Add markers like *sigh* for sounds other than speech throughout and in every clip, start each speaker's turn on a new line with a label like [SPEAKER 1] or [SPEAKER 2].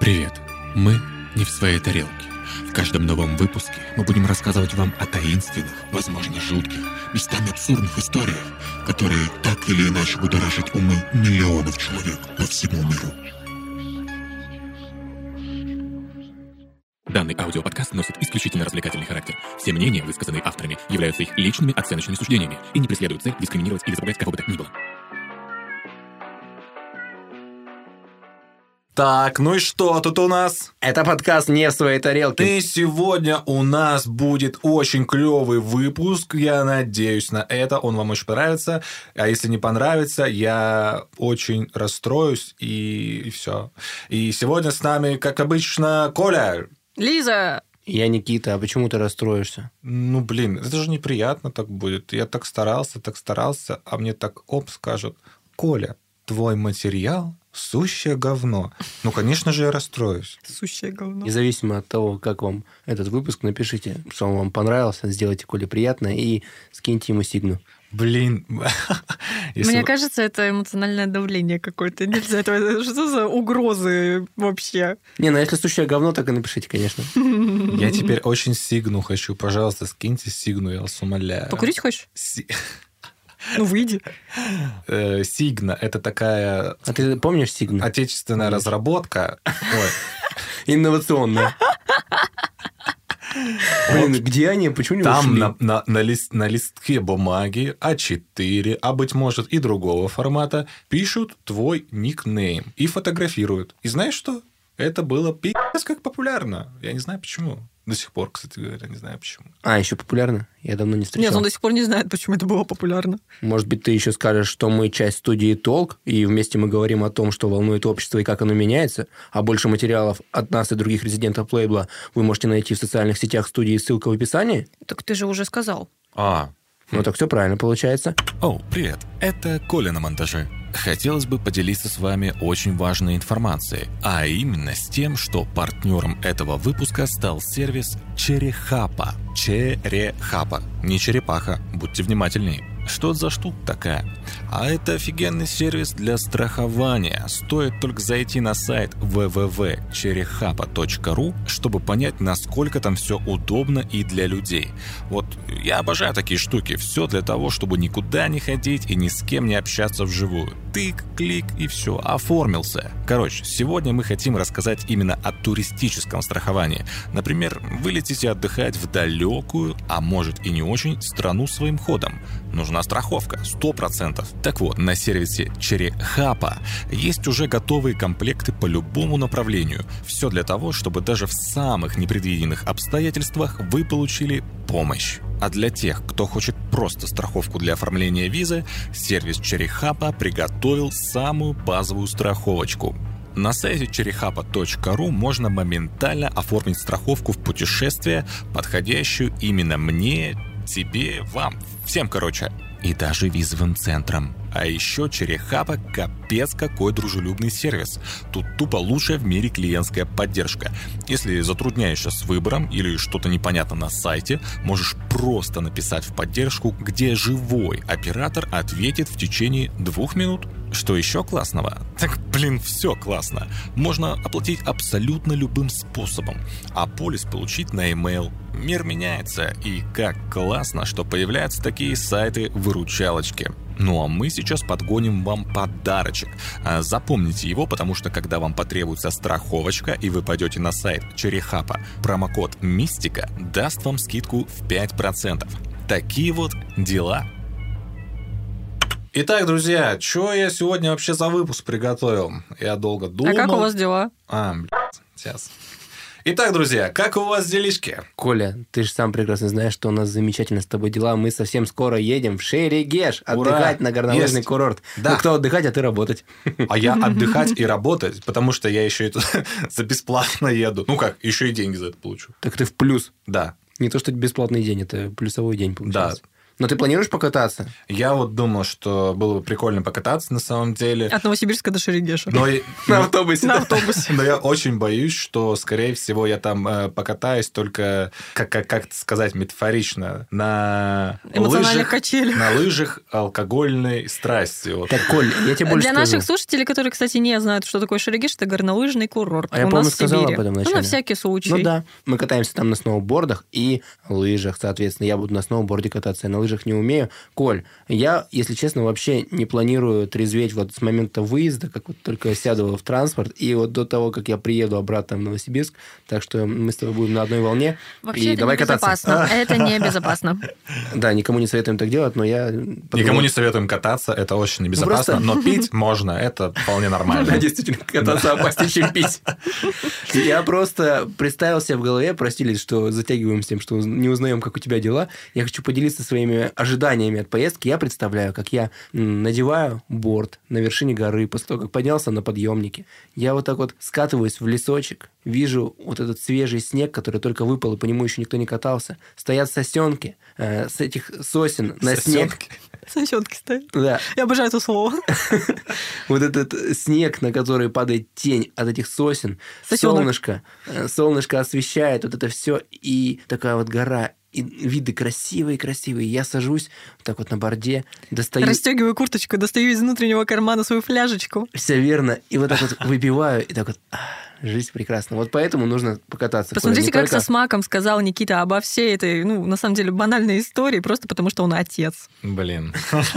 [SPEAKER 1] Привет! Мы не в своей тарелке. В каждом новом выпуске мы будем рассказывать вам о таинственных, возможно, жутких, местами абсурдных историях, которые так или иначе будоражат умы миллионов человек по всему миру. Данный аудиоподкаст носит исключительно развлекательный характер. Все мнения, высказанные авторами, являются их личными оценочными суждениями и не преследуют цель дискриминировать или запугать кого бы то ни было.
[SPEAKER 2] Так, ну и что тут у нас?
[SPEAKER 3] Это подкаст не в своей тарелке.
[SPEAKER 2] И сегодня у нас будет очень клевый выпуск. Я надеюсь на это. Он вам очень понравится. А если не понравится, я очень расстроюсь и, все. И сегодня с нами, как обычно, Коля.
[SPEAKER 4] Лиза,
[SPEAKER 3] Я Никита, а почему ты расстроишься?
[SPEAKER 2] Ну, блин, это же неприятно так будет. Я так старался, так старался, а мне так оп скажут. Коля, твой материал сущее говно. Ну, конечно же, я расстроюсь.
[SPEAKER 4] сущее говно.
[SPEAKER 3] Независимо от того, как вам этот выпуск, напишите, что он вам понравился, сделайте Коле приятно и скиньте ему сигну.
[SPEAKER 2] Блин. *laughs* Если
[SPEAKER 4] Мне
[SPEAKER 2] вы-
[SPEAKER 4] кажется, это эмоциональное давление какое-то. Нельзя этого... *laughs* Что за угрозы вообще?
[SPEAKER 3] Не, ну если сущее говно, так и напишите, конечно.
[SPEAKER 2] Я теперь очень сигну хочу. Пожалуйста, скиньте сигну, я вас
[SPEAKER 3] Э.
[SPEAKER 2] умоляю.
[SPEAKER 4] Покурить хочешь?
[SPEAKER 2] Си-
[SPEAKER 4] Ну, выйди.
[SPEAKER 2] э, Сигна – это такая
[SPEAKER 3] А ты помнишь сигну?
[SPEAKER 2] отечественная
[SPEAKER 3] Конечно.
[SPEAKER 2] разработка. Ой,
[SPEAKER 3] Инновационно. Блин, где они? Почему
[SPEAKER 2] *laughs*
[SPEAKER 3] не
[SPEAKER 2] Там
[SPEAKER 3] ушли?
[SPEAKER 2] на, на- на лист- на листке бумаги А4, а быть может и другого формата, пишут твой никнейм и фотографируют. И знаешь что? Это было пи***ц как популярно. Я не знаю почему. До сих пор, кстати говоря, не знаю почему.
[SPEAKER 3] А, еще популярно? Я давно не встречал.
[SPEAKER 4] Нет, он до сих пор не ну, знает, почему это было популярно.
[SPEAKER 3] Может быть, ты еще скажешь, что мы часть студии «Толк», и вместе мы говорим о том, что волнует общество и как оно меняется, а больше материалов от нас и других резидентов лейбла вы можете найти в социальных сетях студии, ссылка в описании.
[SPEAKER 4] Так ты же уже сказал.
[SPEAKER 2] А,
[SPEAKER 3] Ну так все правильно получается.
[SPEAKER 5] О, привет! Это Коля на монтаже. Хотелось бы поделиться с вами очень важной информацией, а именно с тем, что партнером этого выпуска стал сервис Черехапа. Черехапа, не черепаха, будьте внимательнее. Что за штука такая? А это офигенный сервис для страхования. Стоит только зайти на сайт www.черехапа.ру, чтобы понять, насколько там все удобно и для людей. Вот я обожаю такие штуки. Все для того, чтобы никуда не ходить и ни с кем не общаться вживую. Тык, клик и все, оформился. Короче, сегодня мы хотим рассказать именно о туристическом страховании. Например, вы летите отдыхать в далекую, а может и не очень, страну своим ходом. Нужна страховка, 100%. Так вот, на сервисе Черехапа есть уже готовые комплекты по любому направлению. Все для того, чтобы даже в самых непредвиденных обстоятельствах вы получили помощь. А для тех, кто хочет просто страховку для оформления визы, сервис Черехапа приготовил самую базовую страховочку. На сайте черехапа.ру можно моментально оформить страховку в путешествие, подходящую именно мне, тебе, вам, всем, короче, и даже визовым центром. А еще Черехапа капец какой дружелюбный сервис. Тут тупо лучшая в мире клиентская поддержка. Если затрудняешься с выбором или что-то непонятно на сайте, можешь просто написать в поддержку, где живой оператор ответит в течение двух минут. Что еще классного? Так, блин, все классно. Можно оплатить абсолютно любым способом, а полис получить на e-mail. Мир меняется, и как классно, что появляются такие сайты-выручалочки. Ну а мы сейчас подгоним вам подарочек. А, Запомните его, потому что когда вам потребуется страховочка и вы пойдете на сайт Черехапа, промокод Мистика даст вам скидку в 5%. Такие вот дела.
[SPEAKER 2] Итак, друзья, что я сегодня вообще за выпуск приготовил? Я долго думал.
[SPEAKER 4] А как у вас дела?
[SPEAKER 2] А, блядь, сейчас. Итак, друзья, как у вас делишки?
[SPEAKER 3] Коля, ты же сам прекрасно знаешь, что у нас замечательно с тобой дела. Мы совсем скоро едем в Шерегеш
[SPEAKER 2] Ура!
[SPEAKER 3] отдыхать на горнолыжный
[SPEAKER 2] Есть.
[SPEAKER 3] курорт.
[SPEAKER 2] Да.
[SPEAKER 3] Ну, кто отдыхать, а ты работать.
[SPEAKER 2] А я отдыхать и работать, потому что я еще
[SPEAKER 5] *laughs*
[SPEAKER 2] это за бесплатно еду. Ну как, еще и деньги за это получу.
[SPEAKER 3] Так ты в плюс.
[SPEAKER 2] Да.
[SPEAKER 3] Не то, что бесплатный день, это плюсовой день получается. Но ты планируешь покататься?
[SPEAKER 5] Я вот думал, что было бы прикольно покататься на самом деле.
[SPEAKER 4] От Новосибирска до
[SPEAKER 3] Ну,
[SPEAKER 4] Шерегеша.
[SPEAKER 5] Но, и- *laughs*
[SPEAKER 3] На автобусе.
[SPEAKER 4] На автобусе.
[SPEAKER 5] но я очень боюсь, что, скорее всего, я там э, покатаюсь только, как, как, как это сказать метафорично, на
[SPEAKER 4] *laughs* Эмоциональных
[SPEAKER 5] лыжах,
[SPEAKER 4] качелях.
[SPEAKER 5] на лыжах алкогольной страсти. Вот.
[SPEAKER 3] Так, Коль, я тебе больше
[SPEAKER 4] Для
[SPEAKER 3] скажу.
[SPEAKER 4] наших слушателей, которые, кстати, не знают, что такое Шерегеш, это горнолыжный курорт.
[SPEAKER 3] А я,
[SPEAKER 4] у
[SPEAKER 3] по-моему,
[SPEAKER 4] нас в
[SPEAKER 3] сказал
[SPEAKER 4] Сибири.
[SPEAKER 3] об этом
[SPEAKER 4] Ну, на
[SPEAKER 3] вначале.
[SPEAKER 4] всякий случай.
[SPEAKER 3] Ну да, мы катаемся там на сноубордах и лыжах, соответственно. Я буду на сноуборде кататься, я на лыжах не умею. Коль, я, если честно, вообще не планирую трезветь вот с момента выезда, как вот только сяду в транспорт, и вот до того, как я приеду обратно в Новосибирск. Так что мы с тобой будем на одной волне.
[SPEAKER 4] Вообще
[SPEAKER 3] и
[SPEAKER 4] это
[SPEAKER 3] давай кататься.
[SPEAKER 4] небезопасно.
[SPEAKER 3] А.
[SPEAKER 4] Это
[SPEAKER 3] *laughs*
[SPEAKER 4] небезопасно.
[SPEAKER 3] Да, никому не советуем так делать, но я...
[SPEAKER 5] Никому не советуем кататься, это
[SPEAKER 4] Ну,
[SPEAKER 5] очень небезопасно,
[SPEAKER 3] просто-
[SPEAKER 5] но пить *laughs* можно, это вполне
[SPEAKER 4] *laughs*
[SPEAKER 5] нормально.
[SPEAKER 3] действительно, кататься опаснее, чем пить. Я просто представил себе в голове, простились, что затягиваем с тем, что уз- не узнаем, как у тебя дела. Я хочу поделиться своими ожиданиями от поездки. Я представляю, как я м, надеваю борт на вершине горы после того, как поднялся на подъемнике. Я вот так вот скатываюсь в лесочек, вижу вот этот свежий снег, который только выпал, и по нему еще никто не катался. Стоят сосенки э, с этих сосен на снег.
[SPEAKER 5] Сосётки.
[SPEAKER 4] Сосенки стоят.
[SPEAKER 3] Да,
[SPEAKER 4] Я обожаю это слово.
[SPEAKER 3] вот этот снег, на который падает тень от этих сосен,
[SPEAKER 4] Сосенок.
[SPEAKER 3] солнышко, э, солнышко освещает вот это все, и такая вот гора, и виды красивые-красивые. Я сажусь вот так вот на борде, достаю...
[SPEAKER 4] Расстегиваю курточку, достаю из внутреннего кармана свою фляжечку.
[SPEAKER 3] Все верно. И вот так вот выбиваю, и так вот... «Ах, Жизнь прекрасна. Вот поэтому нужно
[SPEAKER 5] Типа,
[SPEAKER 3] покататься.
[SPEAKER 4] Посмотрите, как
[SPEAKER 3] Коля, не
[SPEAKER 4] со
[SPEAKER 3] только-
[SPEAKER 4] смаком сказал Никита обо всей этой, ну, на самом деле, банальной истории, просто потому что он отец.
[SPEAKER 5] Блин. *laughs*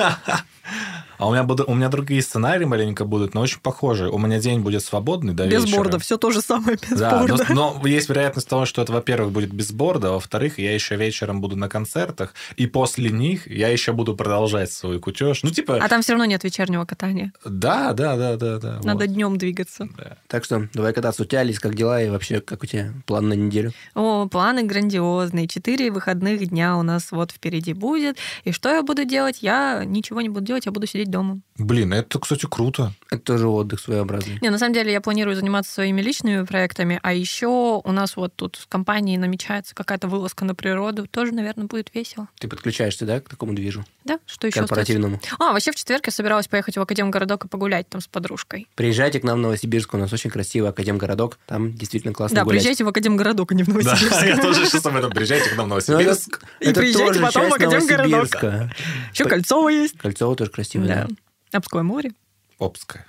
[SPEAKER 5] А у меня, буду, у меня другие сценарии маленько будут, но очень похожие. У меня день будет свободный до
[SPEAKER 4] без
[SPEAKER 5] вечера.
[SPEAKER 4] борда, все то же самое без
[SPEAKER 5] Да,
[SPEAKER 4] борда.
[SPEAKER 5] но,
[SPEAKER 4] *laughs*
[SPEAKER 5] но есть вероятность того, что это, во-первых, будет без борда, а во-вторых, я еще вечером буду на концертах, и после них я еще буду продолжать свой кутеж. Ну, типа,
[SPEAKER 4] А там все равно нет вечернего катания.
[SPEAKER 5] да, да, да, да, да.
[SPEAKER 4] Надо
[SPEAKER 5] вот.
[SPEAKER 4] днем двигаться.
[SPEAKER 3] Так что давай кататься. У тебя, Лиз, как дела и вообще, как у тебя план на неделю?
[SPEAKER 4] О, планы грандиозные. Четыре выходных дня у нас вот впереди будет. И что я буду делать? Я ничего не буду делать, я буду сидеть дома.
[SPEAKER 5] Блин, это, кстати, круто.
[SPEAKER 3] Это тоже отдых своеобразный.
[SPEAKER 4] Не, на самом деле я планирую заниматься своими личными проектами, а еще у нас вот тут в компании намечается какая-то вылазка на природу. Тоже, наверное, будет весело.
[SPEAKER 3] Ты подключаешься, да, к такому движу?
[SPEAKER 4] Да? Что еще
[SPEAKER 3] корпоративному.
[SPEAKER 4] А, вообще в четверг я собиралась поехать в Академгородок и погулять там с подружкой.
[SPEAKER 3] Приезжайте к нам в Новосибирск, у нас очень красивый академгородок, там действительно классно
[SPEAKER 4] да,
[SPEAKER 3] гулять.
[SPEAKER 4] приезжайте в Академгородок, а не в
[SPEAKER 5] Да, *laughs*
[SPEAKER 4] Новосибирск.
[SPEAKER 5] я тоже сейчас об этом. Приезжайте к нам в
[SPEAKER 3] Ну, это-
[SPEAKER 5] Новосибирск.
[SPEAKER 4] И приезжайте
[SPEAKER 3] тоже
[SPEAKER 4] потом в
[SPEAKER 3] часть
[SPEAKER 4] Академгородок.
[SPEAKER 3] Новосибирска.
[SPEAKER 4] Еще Кольцово есть.
[SPEAKER 3] Кольцово тоже красиво,
[SPEAKER 4] Да.
[SPEAKER 3] да.
[SPEAKER 4] Обское море.
[SPEAKER 5] Обская.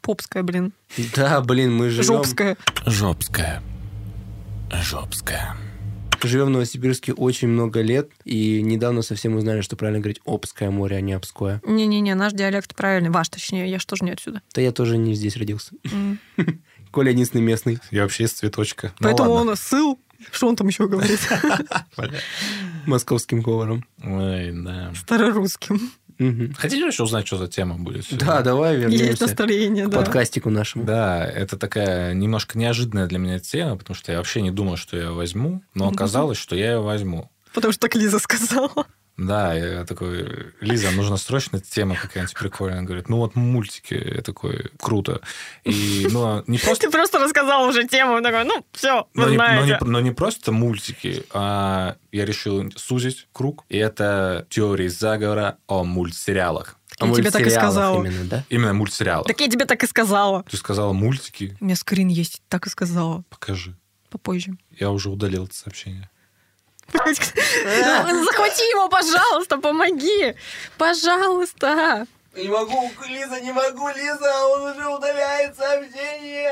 [SPEAKER 4] Попское, блин.
[SPEAKER 3] Да, блин, мы живем,
[SPEAKER 4] Жопское.
[SPEAKER 6] Жопская. Жопская.
[SPEAKER 3] живем в Новосибирске очень много лет, и недавно совсем узнали, что правильно говорить Обское море, а не Обское.
[SPEAKER 4] Не-не-не, наш диалект правильный. Ваш, точнее. Я же тоже не отсюда.
[SPEAKER 3] Да я тоже не здесь родился. *laughs*
[SPEAKER 5] Ну
[SPEAKER 4] М.
[SPEAKER 3] Коля единственный местный.
[SPEAKER 5] Я вообще из цветочка. Ну,
[SPEAKER 4] Поэтому
[SPEAKER 5] ладно.
[SPEAKER 4] он сыл. Что он там еще
[SPEAKER 5] *laughs*
[SPEAKER 4] говорит?
[SPEAKER 3] Московским говором.
[SPEAKER 5] Ой, да.
[SPEAKER 4] Старорусским.
[SPEAKER 3] Мгм.
[SPEAKER 5] Хотите еще узнать, что за тема будет?
[SPEAKER 3] Да, давай
[SPEAKER 4] Есть
[SPEAKER 3] вернемся
[SPEAKER 4] настроение,
[SPEAKER 3] к
[SPEAKER 4] да.
[SPEAKER 3] подкастику нашему.
[SPEAKER 5] Да, это такая немножко неожиданная для меня тема, потому что я вообще не думал, что я ее возьму, но оказалось, что я ее возьму.
[SPEAKER 4] Потому что так Лиза сказала.
[SPEAKER 5] Да, я такой, Лиза, нужна срочно тема какая-нибудь прикольная. Она говорит, ну вот мультики, я такой, круто. И, ну, не просто...
[SPEAKER 4] Ты просто рассказал уже тему. Такой, ну, все,
[SPEAKER 5] Но
[SPEAKER 4] вы
[SPEAKER 5] не, но, не,
[SPEAKER 4] знаете.
[SPEAKER 5] но не просто мультики, а я решил сузить круг. И это теории заговора о мультсериалах.
[SPEAKER 4] Я тебе так и
[SPEAKER 3] мультсериалах
[SPEAKER 4] сказала.
[SPEAKER 3] А Именно, да?
[SPEAKER 5] Именно мультсериалах.
[SPEAKER 4] Так я тебе так и сказала.
[SPEAKER 5] Ты сказала мультики?
[SPEAKER 4] У меня скрин есть, так и сказала.
[SPEAKER 5] Покажи.
[SPEAKER 4] Попозже.
[SPEAKER 5] Я уже удалил это сообщение.
[SPEAKER 4] *laughs* Захвати его, пожалуйста, помоги. Пожалуйста.
[SPEAKER 3] Не могу, Лиза, не могу, Лиза, он уже удаляет сообщение.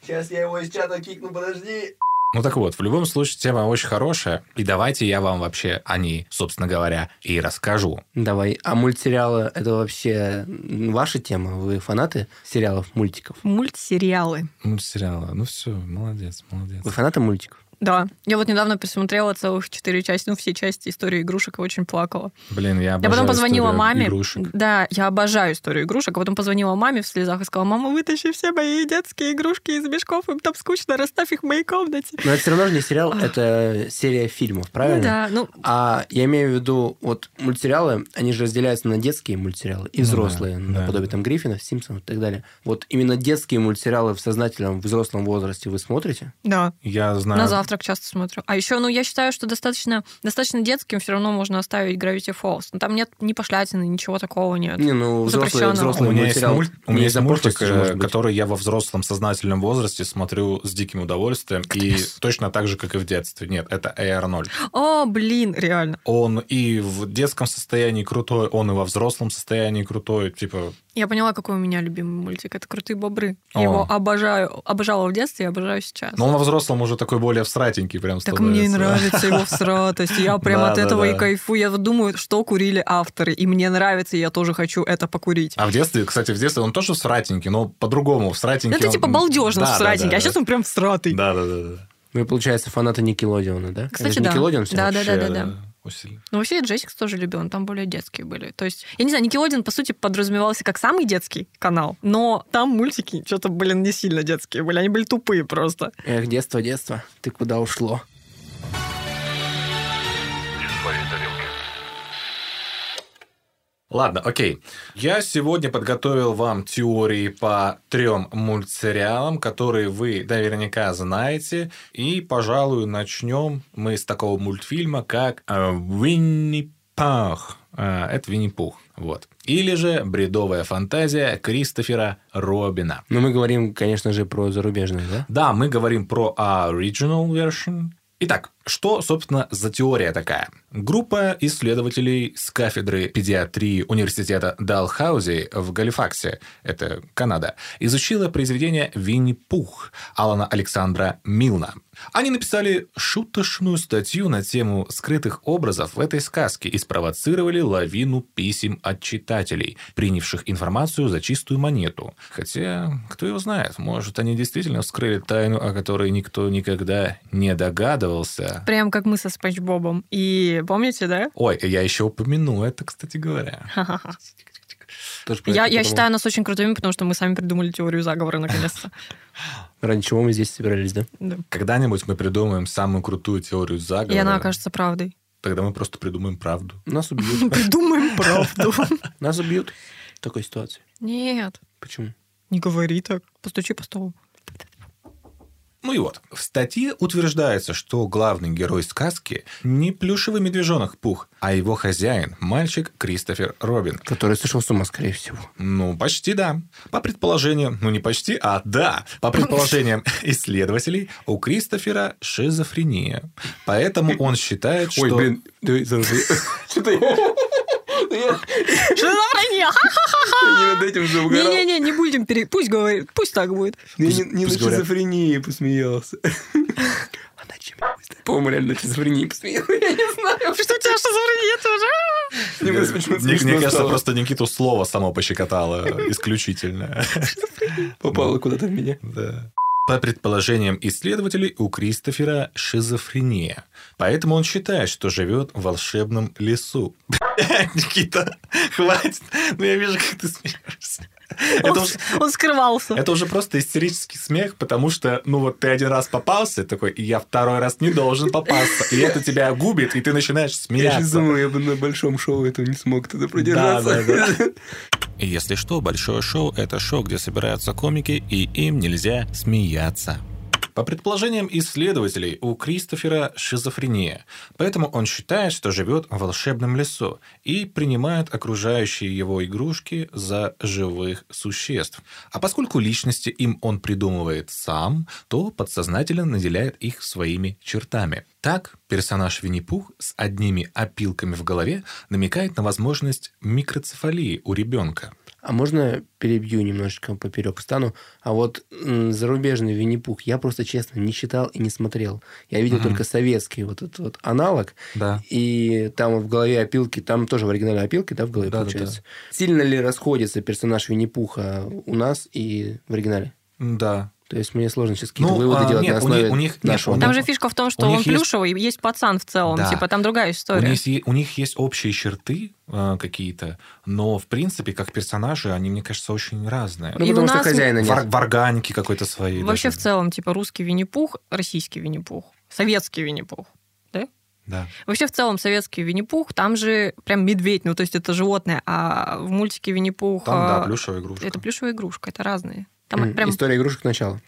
[SPEAKER 3] Сейчас я его из чата кикну, подожди.
[SPEAKER 5] Ну так вот, в любом случае, тема очень хорошая. И давайте я вам вообще о ней, собственно говоря, и расскажу.
[SPEAKER 3] Давай, а мультсериалы это вообще ваша тема? Вы фанаты сериалов, мультиков?
[SPEAKER 4] Мультсериалы.
[SPEAKER 5] Мультсериала. Ну все, молодец, молодец.
[SPEAKER 3] Вы фанаты мультиков?
[SPEAKER 4] Да. Я вот недавно посмотрела целых четыре части, ну, все части истории игрушек и очень плакала.
[SPEAKER 5] Блин, я
[SPEAKER 4] Я
[SPEAKER 5] обожаю
[SPEAKER 4] потом позвонила
[SPEAKER 5] историю
[SPEAKER 4] маме.
[SPEAKER 5] игрушек.
[SPEAKER 4] Да, я обожаю историю игрушек. А потом позвонила маме в слезах и сказала, мама, вытащи все мои детские игрушки из мешков, им там скучно, расставь их в моей комнате.
[SPEAKER 3] Но это все равно же не сериал, это серия фильмов, правильно?
[SPEAKER 4] Ну да, ну,
[SPEAKER 3] А я имею в виду, вот мультсериалы, они же разделяются на детские мультсериалы и
[SPEAKER 5] Ну да,
[SPEAKER 3] взрослые,
[SPEAKER 5] да.
[SPEAKER 3] наподобие там Гриффинов, Симпсонов и так далее. Вот именно детские мультсериалы в сознательном взрослом возрасте вы смотрите?
[SPEAKER 4] да.
[SPEAKER 5] Я знаю
[SPEAKER 4] На «Призрак» часто смотрю. А еще, ну, я считаю, что достаточно, достаточно детским все равно можно оставить Gravity Falls. Но там нет ни пошлятины, ничего такого нет.
[SPEAKER 3] Не, ну, взрослый,
[SPEAKER 4] Запрещенного. Классный
[SPEAKER 3] взрослый
[SPEAKER 5] У меня есть,
[SPEAKER 3] материал.
[SPEAKER 5] мульт, у меня
[SPEAKER 3] не
[SPEAKER 5] есть
[SPEAKER 3] запортится
[SPEAKER 5] мультик,
[SPEAKER 3] же, может
[SPEAKER 5] э,
[SPEAKER 3] быть.
[SPEAKER 5] который я во взрослом сознательном возрасте смотрю с диким удовольствием. И точно так же, как и в детстве. Нет, это AR0.
[SPEAKER 4] О, А, блин, реально.
[SPEAKER 5] Он и в детском состоянии крутой, он и во взрослом состоянии крутой. Типа,
[SPEAKER 4] Я поняла, какой у меня любимый мультик. Это «Крутые бобры».
[SPEAKER 5] О. Ну,
[SPEAKER 4] Я его обожаю. Обожала в детстве и обожаю сейчас.
[SPEAKER 5] но он во взрослом уже такой более всратенький прям
[SPEAKER 4] Так
[SPEAKER 5] становится.
[SPEAKER 4] мне и нравится его всратость. Я прям от
[SPEAKER 5] Да, да,
[SPEAKER 4] этого и
[SPEAKER 5] да.
[SPEAKER 4] кайфую. Я вот думаю, что курили авторы. И мне нравится, и я тоже хочу это покурить.
[SPEAKER 5] А в детстве, кстати, в детстве он тоже всратенький, но по-другому всратенький.
[SPEAKER 4] Это
[SPEAKER 5] он-
[SPEAKER 4] типа балдежно
[SPEAKER 5] Да, да,
[SPEAKER 4] всратенький,
[SPEAKER 5] да,
[SPEAKER 4] а сейчас он прям всратый.
[SPEAKER 5] Да, да, да. да.
[SPEAKER 3] Вы, Ну, получается, фанаты Никелодиона, да?
[SPEAKER 4] Кстати,
[SPEAKER 3] Это же
[SPEAKER 4] да.
[SPEAKER 3] Никелодион всё
[SPEAKER 4] Да, да,
[SPEAKER 3] вообще.
[SPEAKER 4] да, да, да.
[SPEAKER 5] Усилие.
[SPEAKER 4] Ну, вообще, Джессикс тоже любил, но там более детские были. То есть, я не знаю, Никелодин, по сути, подразумевался как самый детский канал, но там мультики что-то, блин, не сильно детские были, они были тупые просто.
[SPEAKER 3] Эх, детство, детство, ты куда ушло?
[SPEAKER 5] Ладно, окей. Я сегодня подготовил вам теории по трем мультсериалам, которые вы наверняка знаете. И, пожалуй, начнем мы с такого мультфильма, как э, Винни Пух. Э, Это Винни Пух. Вот. Или же бредовая фантазия Кристофера Робина.
[SPEAKER 3] Ну, мы говорим, конечно же, про зарубежные, да?
[SPEAKER 5] Да, мы говорим про original version. Итак, что, собственно, за теория такая? Группа исследователей с кафедры педиатрии университета Далхаузи в Галифаксе, это Канада, изучила произведение «Винни-Пух» Алана Александра Милна. Они написали шуточную статью на тему скрытых образов в этой сказке и спровоцировали лавину писем от читателей, принявших информацию за чистую монету. Хотя, кто его знает, может, они действительно вскрыли тайну, о которой никто никогда не догадывался.
[SPEAKER 4] Прям как мы со Спанч Бобом. И помните, да?
[SPEAKER 5] Ой, я еще упомяну это, кстати говоря.
[SPEAKER 4] Ха-ха-ха.
[SPEAKER 3] Тоже про
[SPEAKER 4] Я,
[SPEAKER 3] это
[SPEAKER 4] я
[SPEAKER 3] подумал.
[SPEAKER 4] считаю нас очень крутыми, потому что мы сами придумали теорию
[SPEAKER 5] *laughs*
[SPEAKER 4] заговора наконец-то.
[SPEAKER 3] Ради чего мы здесь собирались, да?
[SPEAKER 4] Да.
[SPEAKER 5] Когда-нибудь мы придумаем самую крутую теорию заговора.
[SPEAKER 4] И она окажется правдой.
[SPEAKER 5] Тогда мы просто придумаем правду.
[SPEAKER 4] *laughs*
[SPEAKER 3] Нас убьют.
[SPEAKER 4] Придумаем правду.
[SPEAKER 3] Нас убьют в такой ситуации.
[SPEAKER 4] *laughs* Нет,
[SPEAKER 3] Почему?
[SPEAKER 4] не говори так. Постучи по столу.
[SPEAKER 5] Ну и вот. В статье утверждается, что главный герой сказки не плюшевый медвежонок Пух, а его хозяин, мальчик Кристофер Робин.
[SPEAKER 3] Который сошел с ума, скорее всего.
[SPEAKER 5] Ну, почти да. По предположениям, ну не почти, а да. По
[SPEAKER 3] *laughs*
[SPEAKER 5] предположениям исследователей, у Кристофера шизофрения. Поэтому он считает, что... *laughs*
[SPEAKER 4] Шизофрения!
[SPEAKER 3] Я над этим
[SPEAKER 4] Не-не-не, не будем пере... Пусть говорит, пусть так *laughs* будет.
[SPEAKER 3] Я
[SPEAKER 5] Пусть- пусть говорят. *laughs*
[SPEAKER 3] шизофрении посмеялся. Она чем По-моему, реально на шизофрении посмеялась. Я не знаю.
[SPEAKER 4] Что у тебя шизофрения тоже?
[SPEAKER 3] Мне просто
[SPEAKER 5] Мне,
[SPEAKER 3] почему-то
[SPEAKER 5] мне
[SPEAKER 3] смешно
[SPEAKER 5] кажется,
[SPEAKER 3] стало.
[SPEAKER 5] просто Никиту слово само пощекотало исключительно.
[SPEAKER 3] попало куда-то в меня.
[SPEAKER 5] Да. По предположениям исследователей, у Кристофера шизофрения. Поэтому он считает, что живет в волшебном лесу. *laughs* Блядь, Никита, хватит. Ну, я вижу, как ты смеешься. Это
[SPEAKER 4] Он,
[SPEAKER 5] уж-
[SPEAKER 4] он скрывался.
[SPEAKER 5] Это уже просто истерический смех, потому что, ну вот ты один раз попался, такой, и я второй раз не должен попасться. И это тебя губит, и ты начинаешь
[SPEAKER 3] Я сейчас
[SPEAKER 5] смеяться.
[SPEAKER 3] думал, я бы на большом шоу этого не смог тогда
[SPEAKER 5] Да,
[SPEAKER 3] продержаться.
[SPEAKER 5] *laughs* да,
[SPEAKER 6] И если что, большое шоу – это шоу, где собираются комики, и им нельзя смеяться.
[SPEAKER 5] По предположениям исследователей, у Кристофера шизофрения, поэтому он считает, что живет в волшебном лесу и принимает окружающие его игрушки за живых существ. А поскольку личности им он придумывает сам, то подсознательно наделяет их своими чертами. Так, персонаж Винни-Пух с одними опилками в голове намекает на возможность микроцефалии у ребенка.
[SPEAKER 3] А можно перебью немножечко поперек стану? А вот м, зарубежный Винни-Пух я просто, честно, не читал и не смотрел. Я видел
[SPEAKER 5] Мгм.
[SPEAKER 3] только советский вот этот вот аналог.
[SPEAKER 5] Да.
[SPEAKER 3] И там в голове опилки, там тоже в оригинале опилки, да, в голове
[SPEAKER 5] Да, да,
[SPEAKER 3] получается. Сильно ли расходится персонаж Винни-Пуха у нас и в оригинале?
[SPEAKER 5] Да.
[SPEAKER 3] То есть мне сложно сейчас какие-то
[SPEAKER 5] Ну,
[SPEAKER 3] выводы
[SPEAKER 5] а,
[SPEAKER 3] делать
[SPEAKER 5] нет,
[SPEAKER 3] на
[SPEAKER 5] у них-
[SPEAKER 3] основе
[SPEAKER 5] у них- нет,
[SPEAKER 3] нашего.
[SPEAKER 5] у
[SPEAKER 4] Там
[SPEAKER 5] Ну,
[SPEAKER 4] же фишка в том, что
[SPEAKER 5] у
[SPEAKER 4] он
[SPEAKER 5] них есть-
[SPEAKER 4] плюшевый, есть... пацан в целом,
[SPEAKER 5] Да.
[SPEAKER 4] типа там другая
[SPEAKER 5] У
[SPEAKER 4] история.
[SPEAKER 5] них, е- у них есть общие черты э, какие-то, но в принципе, как персонажи, они, мне кажется, очень разные.
[SPEAKER 3] Ну,
[SPEAKER 4] И у
[SPEAKER 3] потому что
[SPEAKER 4] нас
[SPEAKER 3] хозяина нет.
[SPEAKER 5] В, в органике какой-то своей.
[SPEAKER 4] Вообще
[SPEAKER 5] даже.
[SPEAKER 4] в целом, типа русский Винни-Пух, российский Винни-Пух, советский Винни-Пух.
[SPEAKER 5] Да.
[SPEAKER 4] Вообще в целом советский Винни-Пух, там же прям медведь, ну то есть это животное, а в мультике Винни-Пух
[SPEAKER 5] Там,
[SPEAKER 4] а,
[SPEAKER 5] да, плюшевая игрушка.
[SPEAKER 4] это плюшевая игрушка, это разные. Там
[SPEAKER 5] *laughs*
[SPEAKER 3] М,
[SPEAKER 4] прям
[SPEAKER 3] История игрушек начала.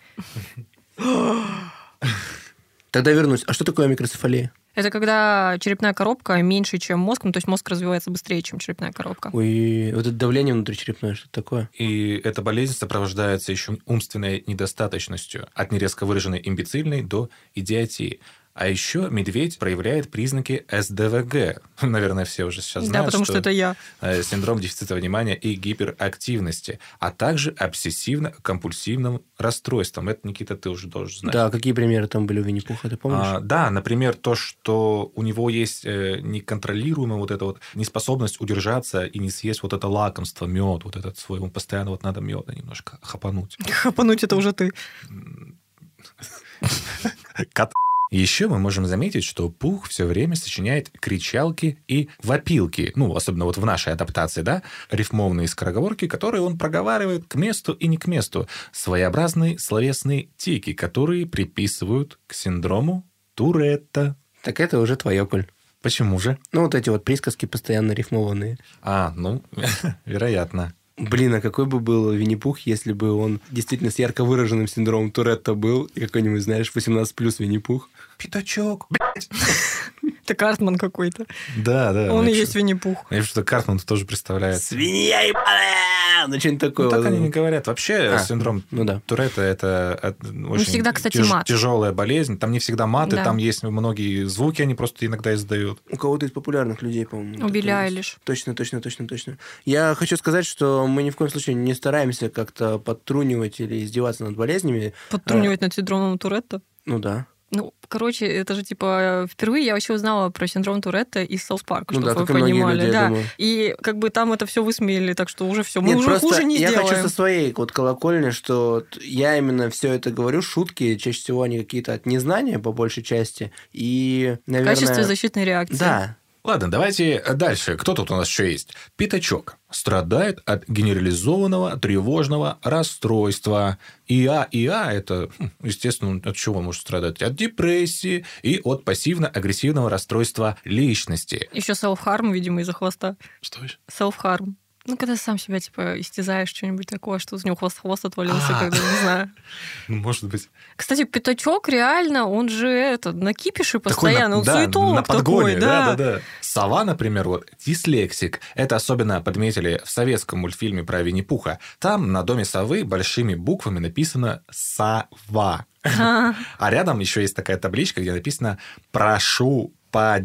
[SPEAKER 3] Тогда вернусь. А что такое микроцефалия?
[SPEAKER 4] Это когда черепная коробка меньше, чем мозг, ну то есть мозг развивается быстрее, чем черепная коробка.
[SPEAKER 3] Ой, вот это давление внутричерепное, что такое?
[SPEAKER 5] И эта болезнь сопровождается еще умственной недостаточностью, от нерезко выраженной имбецильной до идиотии. А еще медведь проявляет признаки СДВГ. *laughs* Наверное, все уже сейчас
[SPEAKER 4] да,
[SPEAKER 5] знают,
[SPEAKER 4] потому что это я. *laughs*
[SPEAKER 5] э, синдром дефицита внимания и гиперактивности, а также обсессивно-компульсивным расстройством. Это, Никита, ты уже должен знать.
[SPEAKER 3] Да, какие примеры там были у Винни-Пуха, ты помнишь?
[SPEAKER 5] А, да, например, то, что у него есть э, неконтролируемая вот эта вот неспособность удержаться и не съесть вот это лакомство, мед, вот этот свой, ему постоянно вот надо меда немножко хапануть.
[SPEAKER 4] Хапануть это уже ты.
[SPEAKER 5] Кот. Еще мы можем заметить, что Пух все время сочиняет кричалки и вопилки, ну, особенно вот в нашей адаптации, да, рифмованные скороговорки, которые он проговаривает к месту и не к месту, своеобразные словесные тики, которые приписывают к синдрому Туретта.
[SPEAKER 3] Так это уже твое, Коль.
[SPEAKER 5] Почему же?
[SPEAKER 3] Ну, вот эти вот присказки постоянно рифмованные.
[SPEAKER 5] А, ну, *laughs* вероятно.
[SPEAKER 3] Блин, а какой бы был Винни-Пух, если бы он действительно с ярко выраженным синдромом Туретта был, и какой-нибудь, знаешь, 18 плюс Винни-Пух?
[SPEAKER 5] Пятачок.
[SPEAKER 4] Это Картман какой-то.
[SPEAKER 5] Да, да.
[SPEAKER 4] Он и
[SPEAKER 5] мне
[SPEAKER 4] есть
[SPEAKER 5] чё-
[SPEAKER 4] Винни-Пух.
[SPEAKER 5] Мне что-то Картман тоже представляет.
[SPEAKER 3] Свинья ебаная! Ну, что-нибудь такое.
[SPEAKER 5] Ну, так
[SPEAKER 3] вот.
[SPEAKER 5] они не говорят. Вообще
[SPEAKER 3] А,
[SPEAKER 5] синдром
[SPEAKER 3] Ну да.
[SPEAKER 5] Туретта это от- очень
[SPEAKER 4] Ну, всегда, кстати, мат.
[SPEAKER 5] тяжелая болезнь. Там не всегда маты,
[SPEAKER 4] Да.
[SPEAKER 5] там есть многие звуки, они просто иногда издают.
[SPEAKER 3] У кого-то из популярных людей, по-моему.
[SPEAKER 4] У Билли
[SPEAKER 3] такое есть.
[SPEAKER 4] Айлиш.
[SPEAKER 3] Точно, точно, точно, точно. Я хочу сказать, что мы ни в коем случае не стараемся как-то подтрунивать или издеваться над болезнями.
[SPEAKER 4] Подтрунивать над синдромом Туретта.
[SPEAKER 3] Ну да.
[SPEAKER 4] Ну, короче, это же типа впервые я вообще узнала про синдром Туретта из Саус Парка,
[SPEAKER 3] Ну
[SPEAKER 4] чтобы
[SPEAKER 3] да,
[SPEAKER 4] А вы
[SPEAKER 3] как и многие
[SPEAKER 4] понимали.
[SPEAKER 3] люди, я
[SPEAKER 4] да.
[SPEAKER 3] думаю.
[SPEAKER 4] И как бы там это все высмеяли, так что уже все. Мы
[SPEAKER 3] Нет,
[SPEAKER 4] уже
[SPEAKER 3] просто
[SPEAKER 4] хуже не
[SPEAKER 3] я
[SPEAKER 4] сделаем.
[SPEAKER 3] хочу со своей вот колокольни, что т- я именно все это говорю, шутки, чаще всего они какие-то от незнания по большей части, и,
[SPEAKER 4] В
[SPEAKER 3] наверное...
[SPEAKER 4] качестве защитной реакции.
[SPEAKER 3] Да,
[SPEAKER 5] Ладно, давайте дальше. Кто тут у нас еще есть? Пятачок страдает от генерализованного тревожного расстройства. ИА, ИА – это, хм, естественно, от чего он может страдать? От депрессии и от пассивно-агрессивного расстройства личности.
[SPEAKER 4] Еще self-harm, видимо, из-за хвоста.
[SPEAKER 1] Что
[SPEAKER 4] Self-harm. Ну, когда сам себя, типа, истязаешь, что-нибудь такое, что из него хвост, хвост отвалился,
[SPEAKER 5] А.
[SPEAKER 4] когда, не знаю.
[SPEAKER 5] Ну, может быть.
[SPEAKER 4] Кстати, пятачок реально, он же это, накипиши
[SPEAKER 5] Такой
[SPEAKER 4] постоянно,
[SPEAKER 5] на-
[SPEAKER 4] он
[SPEAKER 5] да,
[SPEAKER 4] суетолог
[SPEAKER 5] на подгоне,
[SPEAKER 4] такой, да.
[SPEAKER 5] да, да, да. Сова, например, вот дислексик. Это особенно подметили в советском мультфильме про Винни-Пуха. Там на доме совы большими буквами написано «Сова».
[SPEAKER 4] А,
[SPEAKER 5] А рядом еще есть такая табличка, где написано «Прошу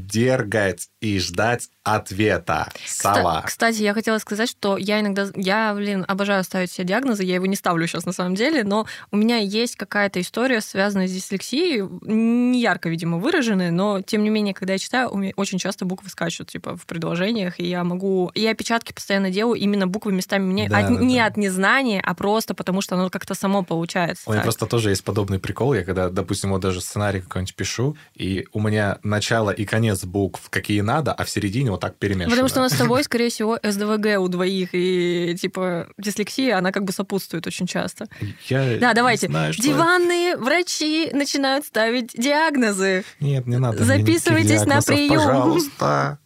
[SPEAKER 5] подергать и ждать ответа.
[SPEAKER 4] кста-
[SPEAKER 5] Сова».
[SPEAKER 4] Кстати, я хотела сказать, что я иногда... Я, блин, обожаю ставить себе диагнозы, я его не ставлю сейчас на самом деле, но у меня есть какая-то история, связанная с дислексией, не ярко, видимо, выраженная, но, тем не менее, когда я читаю, у меня очень часто буквы скачут, типа, в предложениях, и я могу... Я опечатки постоянно делаю именно буквы местами мне...
[SPEAKER 5] Да,
[SPEAKER 4] от-
[SPEAKER 5] да,
[SPEAKER 4] не
[SPEAKER 5] да.
[SPEAKER 4] от незнания, а просто потому, что оно как-то само получается.
[SPEAKER 5] У меня
[SPEAKER 4] так.
[SPEAKER 5] просто тоже есть подобный прикол. Я когда, допустим, вот даже сценарий какой-нибудь пишу, и у меня начало и конец букв какие надо, а в середине вот так перемешано.
[SPEAKER 4] Потому что у нас
[SPEAKER 5] *laughs*
[SPEAKER 4] с тобой, скорее всего, СДВГ у двоих, и типа дислексия, она как бы сопутствует очень часто.
[SPEAKER 5] Я
[SPEAKER 4] Да,
[SPEAKER 5] не
[SPEAKER 4] давайте.
[SPEAKER 5] знаю, что
[SPEAKER 4] Диванные врачи начинают ставить диагнозы.
[SPEAKER 5] Нет, не надо.
[SPEAKER 4] Записывайтесь на прием.
[SPEAKER 5] Пожалуйста.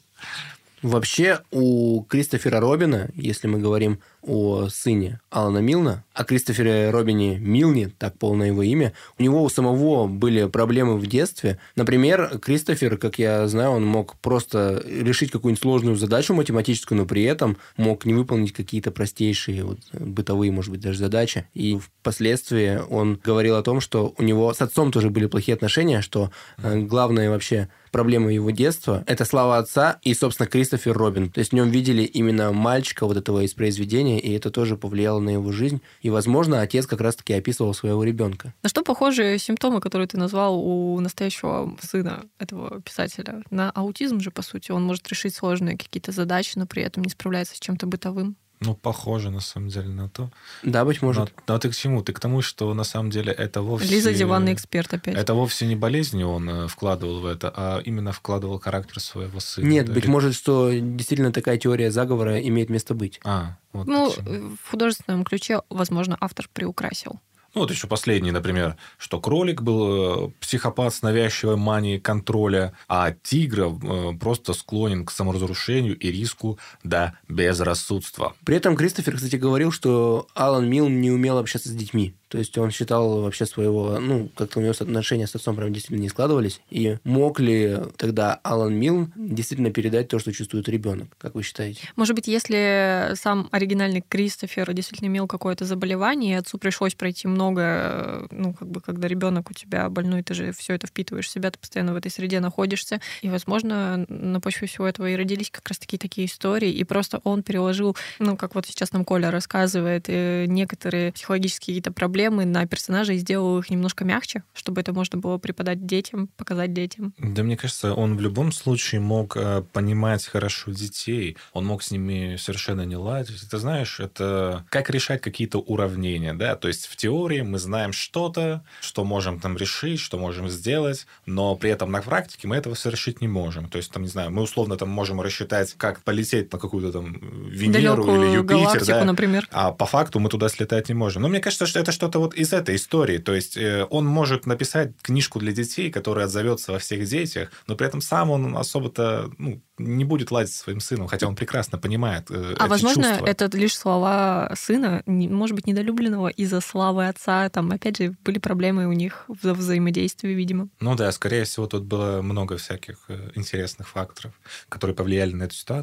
[SPEAKER 3] Вообще, у Кристофера Робина, если мы говорим о сыне Алана Милна, о Кристофере Робине Милне, так полное его имя, у него у самого были проблемы в детстве. Например, Кристофер, как я знаю, он мог просто решить какую-нибудь сложную задачу математическую, но при этом мог не выполнить какие-то простейшие вот, э, бытовые, может быть, даже задачи. И впоследствии он говорил о том, что у него с отцом тоже были плохие отношения, что э, главное вообще проблема его детства – это слава отца и, собственно, Кристофер Робин. То есть в нем видели именно мальчика вот этого из произведения, и это тоже повлияло на его жизнь. И, возможно, отец как раз-таки описывал своего ребенка.
[SPEAKER 4] На Ну, что похожи симптомы, которые ты назвал у настоящего сына этого писателя? На аутизм же, по сути, он может решить сложные какие-то задачи, но при этом не справляется с чем-то бытовым.
[SPEAKER 5] Ну, похоже, на самом деле, на то. Ну,
[SPEAKER 3] Да, быть может.
[SPEAKER 5] Но, но а ты к чему? Ты к тому, что на самом деле это вовсе...
[SPEAKER 4] Лиза диванный эксперт опять.
[SPEAKER 5] Это вовсе не болезнь он э, вкладывал в это, а именно вкладывал характер своего сына. Ну,
[SPEAKER 3] Нет,
[SPEAKER 5] да,
[SPEAKER 3] быть
[SPEAKER 5] или-
[SPEAKER 3] может, что действительно такая теория заговора имеет место быть.
[SPEAKER 5] А, вот
[SPEAKER 4] Ну,
[SPEAKER 5] почему.
[SPEAKER 4] э, в художественном ключе, возможно, автор приукрасил.
[SPEAKER 5] Ну, вот еще последний, например, что кролик был э, психопат с навязчивой манией контроля, а тигр э, просто склонен к саморазрушению и риску до безрассудства.
[SPEAKER 3] При этом Кристофер, кстати, говорил, что Алан Милн не умел общаться с детьми. То есть он считал вообще своего, ну, как-то у него отношения с отцом прям действительно не складывались. И мог ли тогда Алан Милн действительно передать то, что чувствует ребенок, как вы считаете?
[SPEAKER 4] Может быть, если сам оригинальный Кристофер действительно имел какое-то заболевание, и отцу пришлось пройти много, э, ну, как бы, когда ребенок у тебя больной, ты же все это впитываешь в себя, ты постоянно в этой среде находишься. И, возможно, на почве всего этого и родились как раз-таки такие истории. И просто он переложил, ну, как вот сейчас нам Коля рассказывает, э, некоторые психологические какие-то проблемы на персонажа и сделал их немножко мягче, чтобы это можно было преподать детям, показать детям.
[SPEAKER 5] Да мне кажется, он в любом случае мог э, понимать хорошо детей, он мог с ними совершенно не ладить. Ты знаешь, это как решать какие-то уравнения, да? То есть в теории мы знаем что-то, что можем там решить, что можем сделать, но при этом на практике мы этого совершить не можем. То есть там, не знаю, мы условно там можем рассчитать, как полететь на какую-то там Венеру
[SPEAKER 4] Далекую
[SPEAKER 5] или Юпитер,
[SPEAKER 4] галактику,
[SPEAKER 5] да?
[SPEAKER 4] например.
[SPEAKER 5] А по факту мы туда слетать не можем. Но мне кажется, что это что-то вот из этой истории. То есть э, он может написать книжку для детей, которая отзовется во всех детях, но при этом сам он особо-то ну, не будет ладить со своим сыном, хотя он прекрасно понимает э,
[SPEAKER 4] А
[SPEAKER 5] эти
[SPEAKER 4] возможно,
[SPEAKER 5] чувства.
[SPEAKER 4] это лишь слова сына, не- может быть, недолюбленного из-за славы отца. Там, опять же, были проблемы у них в вза- взаимодействии, видимо.
[SPEAKER 5] Ну да, скорее всего, тут было много всяких э, интересных факторов, которые повлияли на эту ситуацию.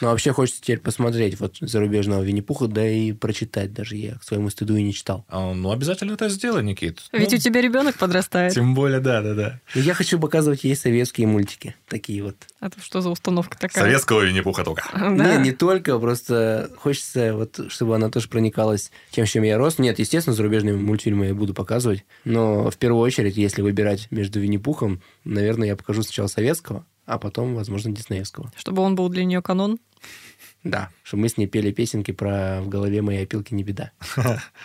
[SPEAKER 3] Но Ну, а вообще хочется теперь посмотреть вот зарубежного Винни-Пуха, да и прочитать даже я к своему стыду и не читал.
[SPEAKER 5] А, ну, обязательно это сделай, Никит.
[SPEAKER 4] Ведь
[SPEAKER 5] Ну,
[SPEAKER 4] у тебя ребенок подрастает.
[SPEAKER 5] Тем более, да-да-да.
[SPEAKER 3] Но я хочу показывать ей советские мультики, такие вот.
[SPEAKER 4] А то что за установка такая?
[SPEAKER 5] Советского Винни-Пуха только.
[SPEAKER 4] *laughs* Да.
[SPEAKER 3] Не, не только, просто хочется, вот, чтобы она тоже проникалась тем, с чем я рос. Нет, естественно, зарубежные мультфильмы я буду показывать, но в первую очередь, если выбирать между Винни-Пухом, наверное, я покажу сначала советского, а потом, возможно, диснеевского.
[SPEAKER 4] Чтобы он был для нее канон.
[SPEAKER 3] Да, чтобы мы с ней пели песенки про «В голове моей опилки не беда».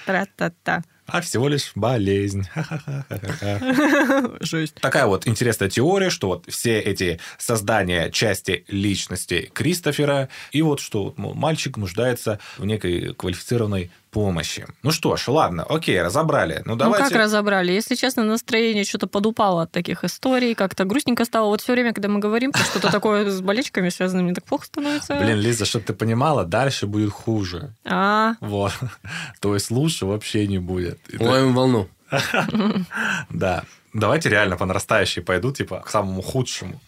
[SPEAKER 4] Тра-та-та.
[SPEAKER 5] А всего лишь болезнь. Ха-ха-ха-ха-ха.
[SPEAKER 4] *laughs* Жесть.
[SPEAKER 5] Такая вот интересная теория, что вот все эти создания части личности Кристофера, и вот что вот, мол, мальчик нуждается в некой квалифицированной помощи. Ну что ж, ладно, окей, разобрали. Ну давайте...
[SPEAKER 4] Ну как разобрали? Если честно, настроение что-то подупало от таких историй, как-то грустненько стало. Вот все время, когда мы говорим про что-то такое с болельщиками связано, мне так плохо становится.
[SPEAKER 5] Блин, Лиза, чтобы ты понимала, дальше будет хуже.
[SPEAKER 4] А,
[SPEAKER 5] Вот. *laughs* То есть лучше вообще не будет. И так-
[SPEAKER 3] Ловим волну.
[SPEAKER 5] Да. Давайте реально по нарастающей пойду, типа, к самому худшему.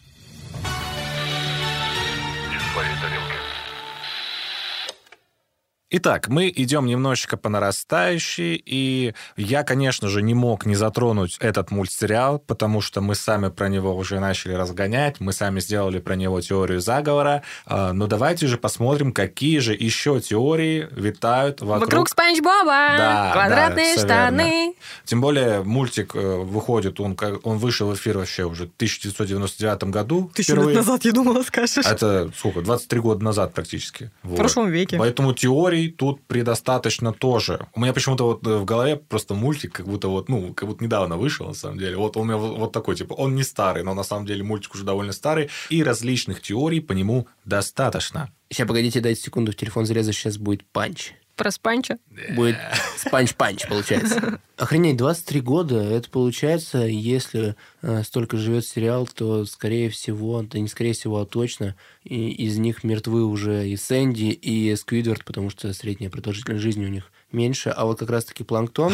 [SPEAKER 5] Итак, мы идем немножечко по нарастающей, и я, конечно же, не мог не затронуть этот мультсериал, потому что мы сами про него уже начали разгонять, мы сами сделали про него теорию заговора, А, но давайте же посмотрим, какие же еще теории витают вокруг...
[SPEAKER 4] вокруг Спанч Боба!
[SPEAKER 5] Да,
[SPEAKER 4] Квадратные
[SPEAKER 5] да, всё
[SPEAKER 4] штаны!
[SPEAKER 5] Тем более мультик э, выходит, он, как- он вышел в эфир вообще уже в 1999 году. впервые. А
[SPEAKER 4] я думала, скажешь.
[SPEAKER 5] Это сколько? 23 года назад практически.
[SPEAKER 4] В прошлом веке.
[SPEAKER 5] Поэтому теорий тут предостаточно тоже. У меня почему-то вот э, в голове просто мультик, как будто вот, ну, как будто недавно вышел, на самом деле. Вот он у меня вот вот такой, типа, он не старый, но на самом деле мультик уже довольно старый. И различных теорий по нему достаточно.
[SPEAKER 3] Сейчас, погодите, дайте секунду, в телефон залезу, сейчас будет панч.
[SPEAKER 4] Про Спанча.
[SPEAKER 3] Будет спанч-панч, получается. *laughs* Охренеть, 23 года, это получается, если э, столько живет сериал, то, скорее всего, да не скорее всего, а точно, и из них мертвы уже и Сэнди, и Сквидвард, потому что средняя продолжительность жизни у них меньше, а вот как
[SPEAKER 4] *laughs*
[SPEAKER 3] раз-таки Планктон,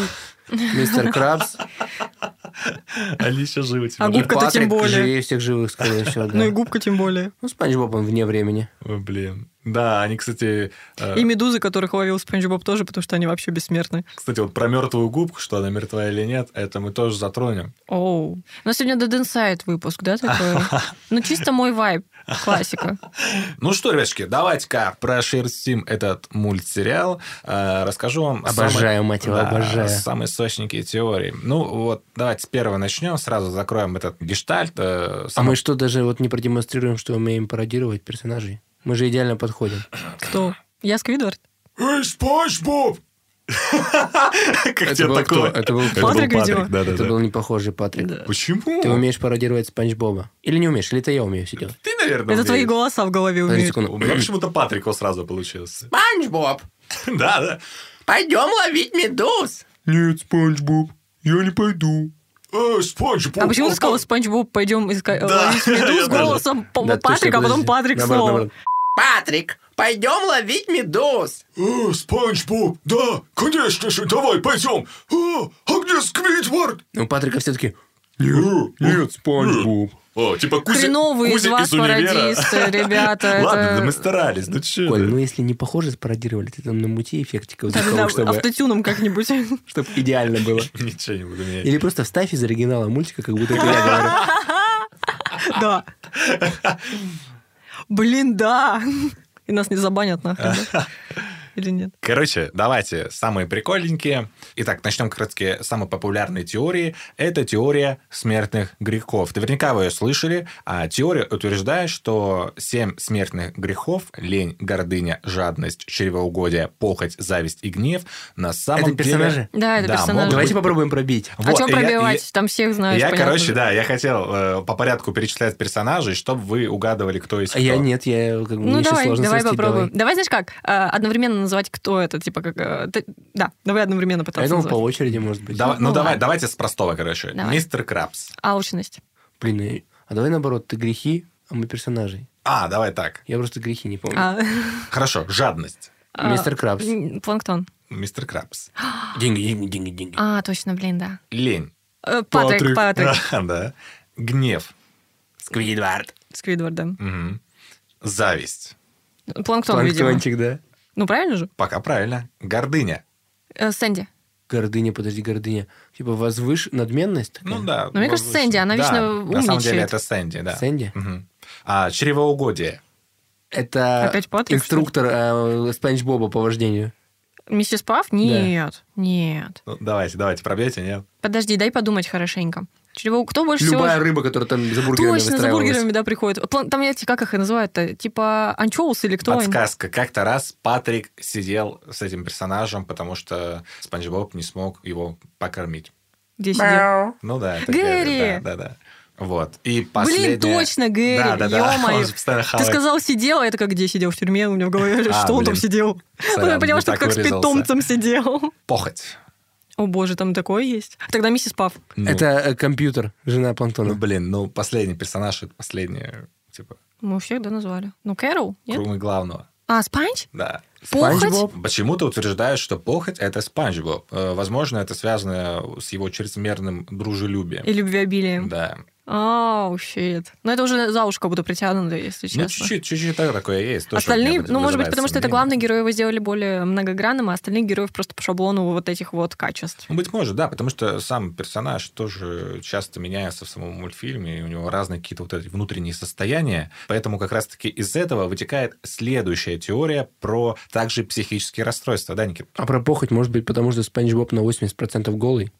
[SPEAKER 3] Мистер Крабс
[SPEAKER 5] Алиша жив у тебя.
[SPEAKER 4] А
[SPEAKER 3] и
[SPEAKER 4] губка-то тем
[SPEAKER 3] Патрик
[SPEAKER 4] более.
[SPEAKER 3] живее всех живых, скорее всего, да.
[SPEAKER 4] Ну и губка тем более.
[SPEAKER 3] Ну, Спанч Боб, он вне времени.
[SPEAKER 5] Ой, Блин. Да, они, кстати... э,
[SPEAKER 4] И медузы, которых ловил Спанч Боб тоже, потому что они вообще бессмертны.
[SPEAKER 5] Кстати, вот про мертвую губку, что она мертва или нет, это мы тоже затронем.
[SPEAKER 4] Оу. У нас сегодня Dead Inside выпуск, да, такой? Ну, чисто мой вайб. Классика.
[SPEAKER 5] Ну что, ребятушки, давайте-ка прошерстим этот мультсериал. Э, Расскажу вам...
[SPEAKER 3] Обожаю,
[SPEAKER 5] самые-
[SPEAKER 3] мать его, обожаю.
[SPEAKER 5] Самые сочники теории. Ну вот, давайте с первого начнем, сразу закроем этот гештальт. э,
[SPEAKER 3] А
[SPEAKER 5] самый-
[SPEAKER 3] мы что, даже вот не продемонстрируем, что умеем пародировать персонажей? Мы же идеально подходим.
[SPEAKER 4] Кто? Я Сквидвард?
[SPEAKER 5] Эй, Спанч
[SPEAKER 3] *laughs*
[SPEAKER 5] Боб! Как тебе
[SPEAKER 3] был кто?
[SPEAKER 5] такое?
[SPEAKER 3] Это был
[SPEAKER 5] Это
[SPEAKER 4] Патрик, видимо.
[SPEAKER 5] да, да,
[SPEAKER 3] Это
[SPEAKER 5] да.
[SPEAKER 3] был не похожий Патрик. Ты
[SPEAKER 5] Почему?
[SPEAKER 3] умеешь пародировать Спанч Боба. Или не умеешь, или это я умею все делать.
[SPEAKER 5] Ты, наверное,
[SPEAKER 4] Это твои
[SPEAKER 5] умеешь.
[SPEAKER 4] голоса в голове
[SPEAKER 3] Подожди
[SPEAKER 4] умеют.
[SPEAKER 5] У
[SPEAKER 3] секунду.
[SPEAKER 5] меня почему-то Патрик вот сразу получился. *laughs*
[SPEAKER 3] Спанч Боб,
[SPEAKER 5] Да, да.
[SPEAKER 3] пойдем ловить медуз.
[SPEAKER 5] Нет, Спанч Боб, я не пойду.
[SPEAKER 7] Э,
[SPEAKER 5] Эй, Спанч Боб!
[SPEAKER 4] А почему ты
[SPEAKER 5] он
[SPEAKER 4] сказал Спанч Боб, пойдем искать
[SPEAKER 5] Да,
[SPEAKER 4] ловить медуз
[SPEAKER 5] я тоже.
[SPEAKER 3] а
[SPEAKER 4] голосом Патрика, а потом Патрик снова.
[SPEAKER 3] Патрик, Пойдем ловить медуз.
[SPEAKER 7] «Э, Спанч Боб, да, конечно же, давай пойдем. А, а где Сквидвард?
[SPEAKER 3] Ну, Патрика все-таки...
[SPEAKER 7] Нет,
[SPEAKER 3] Нет, Спанч Боб.
[SPEAKER 7] А, типа Кузя,
[SPEAKER 4] Хреновые из
[SPEAKER 7] Кузя
[SPEAKER 4] вас
[SPEAKER 7] универа.
[SPEAKER 4] пародисты, ребята.
[SPEAKER 5] Ладно,
[SPEAKER 4] это-
[SPEAKER 5] да мы старались, ну че.
[SPEAKER 3] Коль,
[SPEAKER 5] ты.
[SPEAKER 3] ну если не похоже спародировали, ты там намути эффектиков
[SPEAKER 4] Да-да-да,
[SPEAKER 3] звуковых, чтобы,
[SPEAKER 4] автотюном как-нибудь.
[SPEAKER 3] чтобы идеально *laughs* было.
[SPEAKER 5] Ничего не буду менять.
[SPEAKER 3] Или просто вставь из оригинала мультика, как будто это я говорю. *laughs*
[SPEAKER 4] *laughs* Да. Блин, да. И нас не забанят нахрен,
[SPEAKER 3] *laughs*
[SPEAKER 4] да? Или нет?
[SPEAKER 5] Короче, давайте самые прикольненькие. Итак, начнем как раз таки с самой популярной теории. Это теория смертных грехов. Наверняка вы ее слышали. А теория утверждает, что семь смертных грехов – лень, гордыня, жадность, чревоугодие, похоть, зависть и гнев – на самом
[SPEAKER 3] Это
[SPEAKER 5] деле...
[SPEAKER 3] персонажи?
[SPEAKER 4] Да, это персонажи.
[SPEAKER 5] могут
[SPEAKER 3] Давайте
[SPEAKER 5] быть.
[SPEAKER 3] попробуем пробить.
[SPEAKER 4] О
[SPEAKER 5] Вот,
[SPEAKER 4] чем
[SPEAKER 5] и я- и я-
[SPEAKER 4] пробивать? Там всех знаешь.
[SPEAKER 5] Я,
[SPEAKER 4] понятно
[SPEAKER 5] короче,
[SPEAKER 4] же.
[SPEAKER 5] да, я хотел э, по порядку перечислять персонажей, чтобы вы угадывали, кто из
[SPEAKER 3] А я
[SPEAKER 5] кто.
[SPEAKER 3] нет, я как
[SPEAKER 4] Ну
[SPEAKER 3] бы мне еще
[SPEAKER 4] давай,
[SPEAKER 3] сложно
[SPEAKER 4] давай
[SPEAKER 3] свести,
[SPEAKER 4] попробуем.
[SPEAKER 3] давай.
[SPEAKER 4] Давай, знаешь как, э, одновременно называть, кто это, типа как... э, ты- Да, давай одновременно
[SPEAKER 3] А я
[SPEAKER 4] пытаться
[SPEAKER 3] думал, по
[SPEAKER 4] назвать.
[SPEAKER 3] очереди, может быть.
[SPEAKER 5] Дава- ну,
[SPEAKER 4] Ну,
[SPEAKER 5] давай,
[SPEAKER 4] ладно.
[SPEAKER 5] давайте с простого, короче.
[SPEAKER 4] Давай.
[SPEAKER 5] Мистер Крабс.
[SPEAKER 4] Алчность.
[SPEAKER 3] Блин, я- а давай наоборот, ты грехи, а мы персонажей.
[SPEAKER 5] А, давай так.
[SPEAKER 3] Я просто грехи не помню.
[SPEAKER 4] А,
[SPEAKER 5] Хорошо, жадность.
[SPEAKER 4] а,
[SPEAKER 3] *laughs* Мистер Крабс.
[SPEAKER 4] м, Планктон.
[SPEAKER 5] Мистер Крабс.
[SPEAKER 3] Деньги, деньги, деньги, деньги.
[SPEAKER 4] А, точно, блин, да.
[SPEAKER 5] Лень.
[SPEAKER 4] Э, Патрик, Патрик.
[SPEAKER 5] *laughs* Да, да. Гнев.
[SPEAKER 3] Сквидвард.
[SPEAKER 4] Сквидвард, да.
[SPEAKER 5] Мгм. Зависть.
[SPEAKER 4] Планктон, видимо.
[SPEAKER 3] Планктончик, да?
[SPEAKER 4] Ну, правильно же?
[SPEAKER 5] Пока правильно. Гордыня.
[SPEAKER 4] Э, Сэнди.
[SPEAKER 3] Гордыня, подожди, гордыня. Типа возвыш... надменность? такая?
[SPEAKER 5] Ну да.
[SPEAKER 4] Ну, мне кажется,
[SPEAKER 5] возможно.
[SPEAKER 4] Сэнди, она
[SPEAKER 5] Да,
[SPEAKER 4] вечно
[SPEAKER 5] На самом деле
[SPEAKER 4] умничает.
[SPEAKER 5] это Сэнди, да.
[SPEAKER 3] Сэнди?
[SPEAKER 5] Мгм. А, чревоугодие.
[SPEAKER 3] Это
[SPEAKER 4] Опять Патрик, что ли?
[SPEAKER 3] инструктор э, Спанч Боба по вождению.
[SPEAKER 4] Миссис Пав? Нет. Нет.
[SPEAKER 5] Ну, давайте, давайте, пробейте, нет?
[SPEAKER 4] Подожди, дай подумать хорошенько. Чего, кто больше
[SPEAKER 3] Любая
[SPEAKER 4] всего...
[SPEAKER 3] рыба, которая там за бургерами
[SPEAKER 4] Точно, за
[SPEAKER 3] выстраивалась.
[SPEAKER 4] бургерами, да, приходит. План- Там, я эти, как их и называют-то? Типа анчоус или кто они?
[SPEAKER 5] Подсказка. Как-то раз Патрик сидел с этим персонажем, потому что Спанч Боб не смог его покормить.
[SPEAKER 4] Где сидел?
[SPEAKER 5] Ну да, это
[SPEAKER 4] Гэри!
[SPEAKER 5] Да, да, да. Вот. И последнее...
[SPEAKER 4] Блин, точно, Гэри,
[SPEAKER 5] Да, да, да.
[SPEAKER 4] ё-моё.
[SPEAKER 5] Он же постоянно
[SPEAKER 4] Ты
[SPEAKER 5] хавает.
[SPEAKER 4] сказал сидел, а это как где сидел в тюрьме, у меня в голове,
[SPEAKER 5] А,
[SPEAKER 4] что он там
[SPEAKER 5] блин.
[SPEAKER 4] сидел. Ну, я
[SPEAKER 5] Сорян,
[SPEAKER 4] поняла,
[SPEAKER 5] не
[SPEAKER 4] что
[SPEAKER 5] так
[SPEAKER 4] это как с
[SPEAKER 5] вырезался.
[SPEAKER 4] питомцем сидел.
[SPEAKER 5] Похоть.
[SPEAKER 4] О боже, там такое есть. Тогда миссис Пав.
[SPEAKER 5] Ну,
[SPEAKER 3] Это э, компьютер, жена
[SPEAKER 5] ну,
[SPEAKER 3] Планктона.
[SPEAKER 5] блин, ну, последний персонаж, это последнее, типа,
[SPEAKER 4] Мы всех, да, назвали. Ну, Кэрол? Нет?
[SPEAKER 5] кроме главного.
[SPEAKER 4] А, Спанч?
[SPEAKER 5] Да.
[SPEAKER 3] Спанч
[SPEAKER 4] Похоть?
[SPEAKER 3] Боб?
[SPEAKER 5] Почему-то утверждают, что похоть — это Спанч Боб. Э, Возможно, это связано с его чрезмерным дружелюбием.
[SPEAKER 4] И любвеобилием.
[SPEAKER 5] Да. Ну,
[SPEAKER 4] Ау, щит. Ну, это уже за ушко будто притянуто, если честно.
[SPEAKER 5] Ну, чуть-чуть, чуть-чуть так такое есть. то, что
[SPEAKER 4] остальные,
[SPEAKER 5] у меня
[SPEAKER 4] ну, может быть,
[SPEAKER 5] вызывает
[SPEAKER 4] потому что это
[SPEAKER 5] сомнения.
[SPEAKER 4] главный герой его сделали более многогранным, а остальных героев просто по шаблону вот этих вот качеств.
[SPEAKER 5] Ну, быть может, да, потому что сам персонаж тоже часто меняется в самом мультфильме, и у него разные какие-то вот эти внутренние состояния. Поэтому как раз-таки из этого вытекает следующая теория про также психические расстройства, да, Никит?
[SPEAKER 3] А про похоть, может быть, потому что Спанч Боб на 80% голый.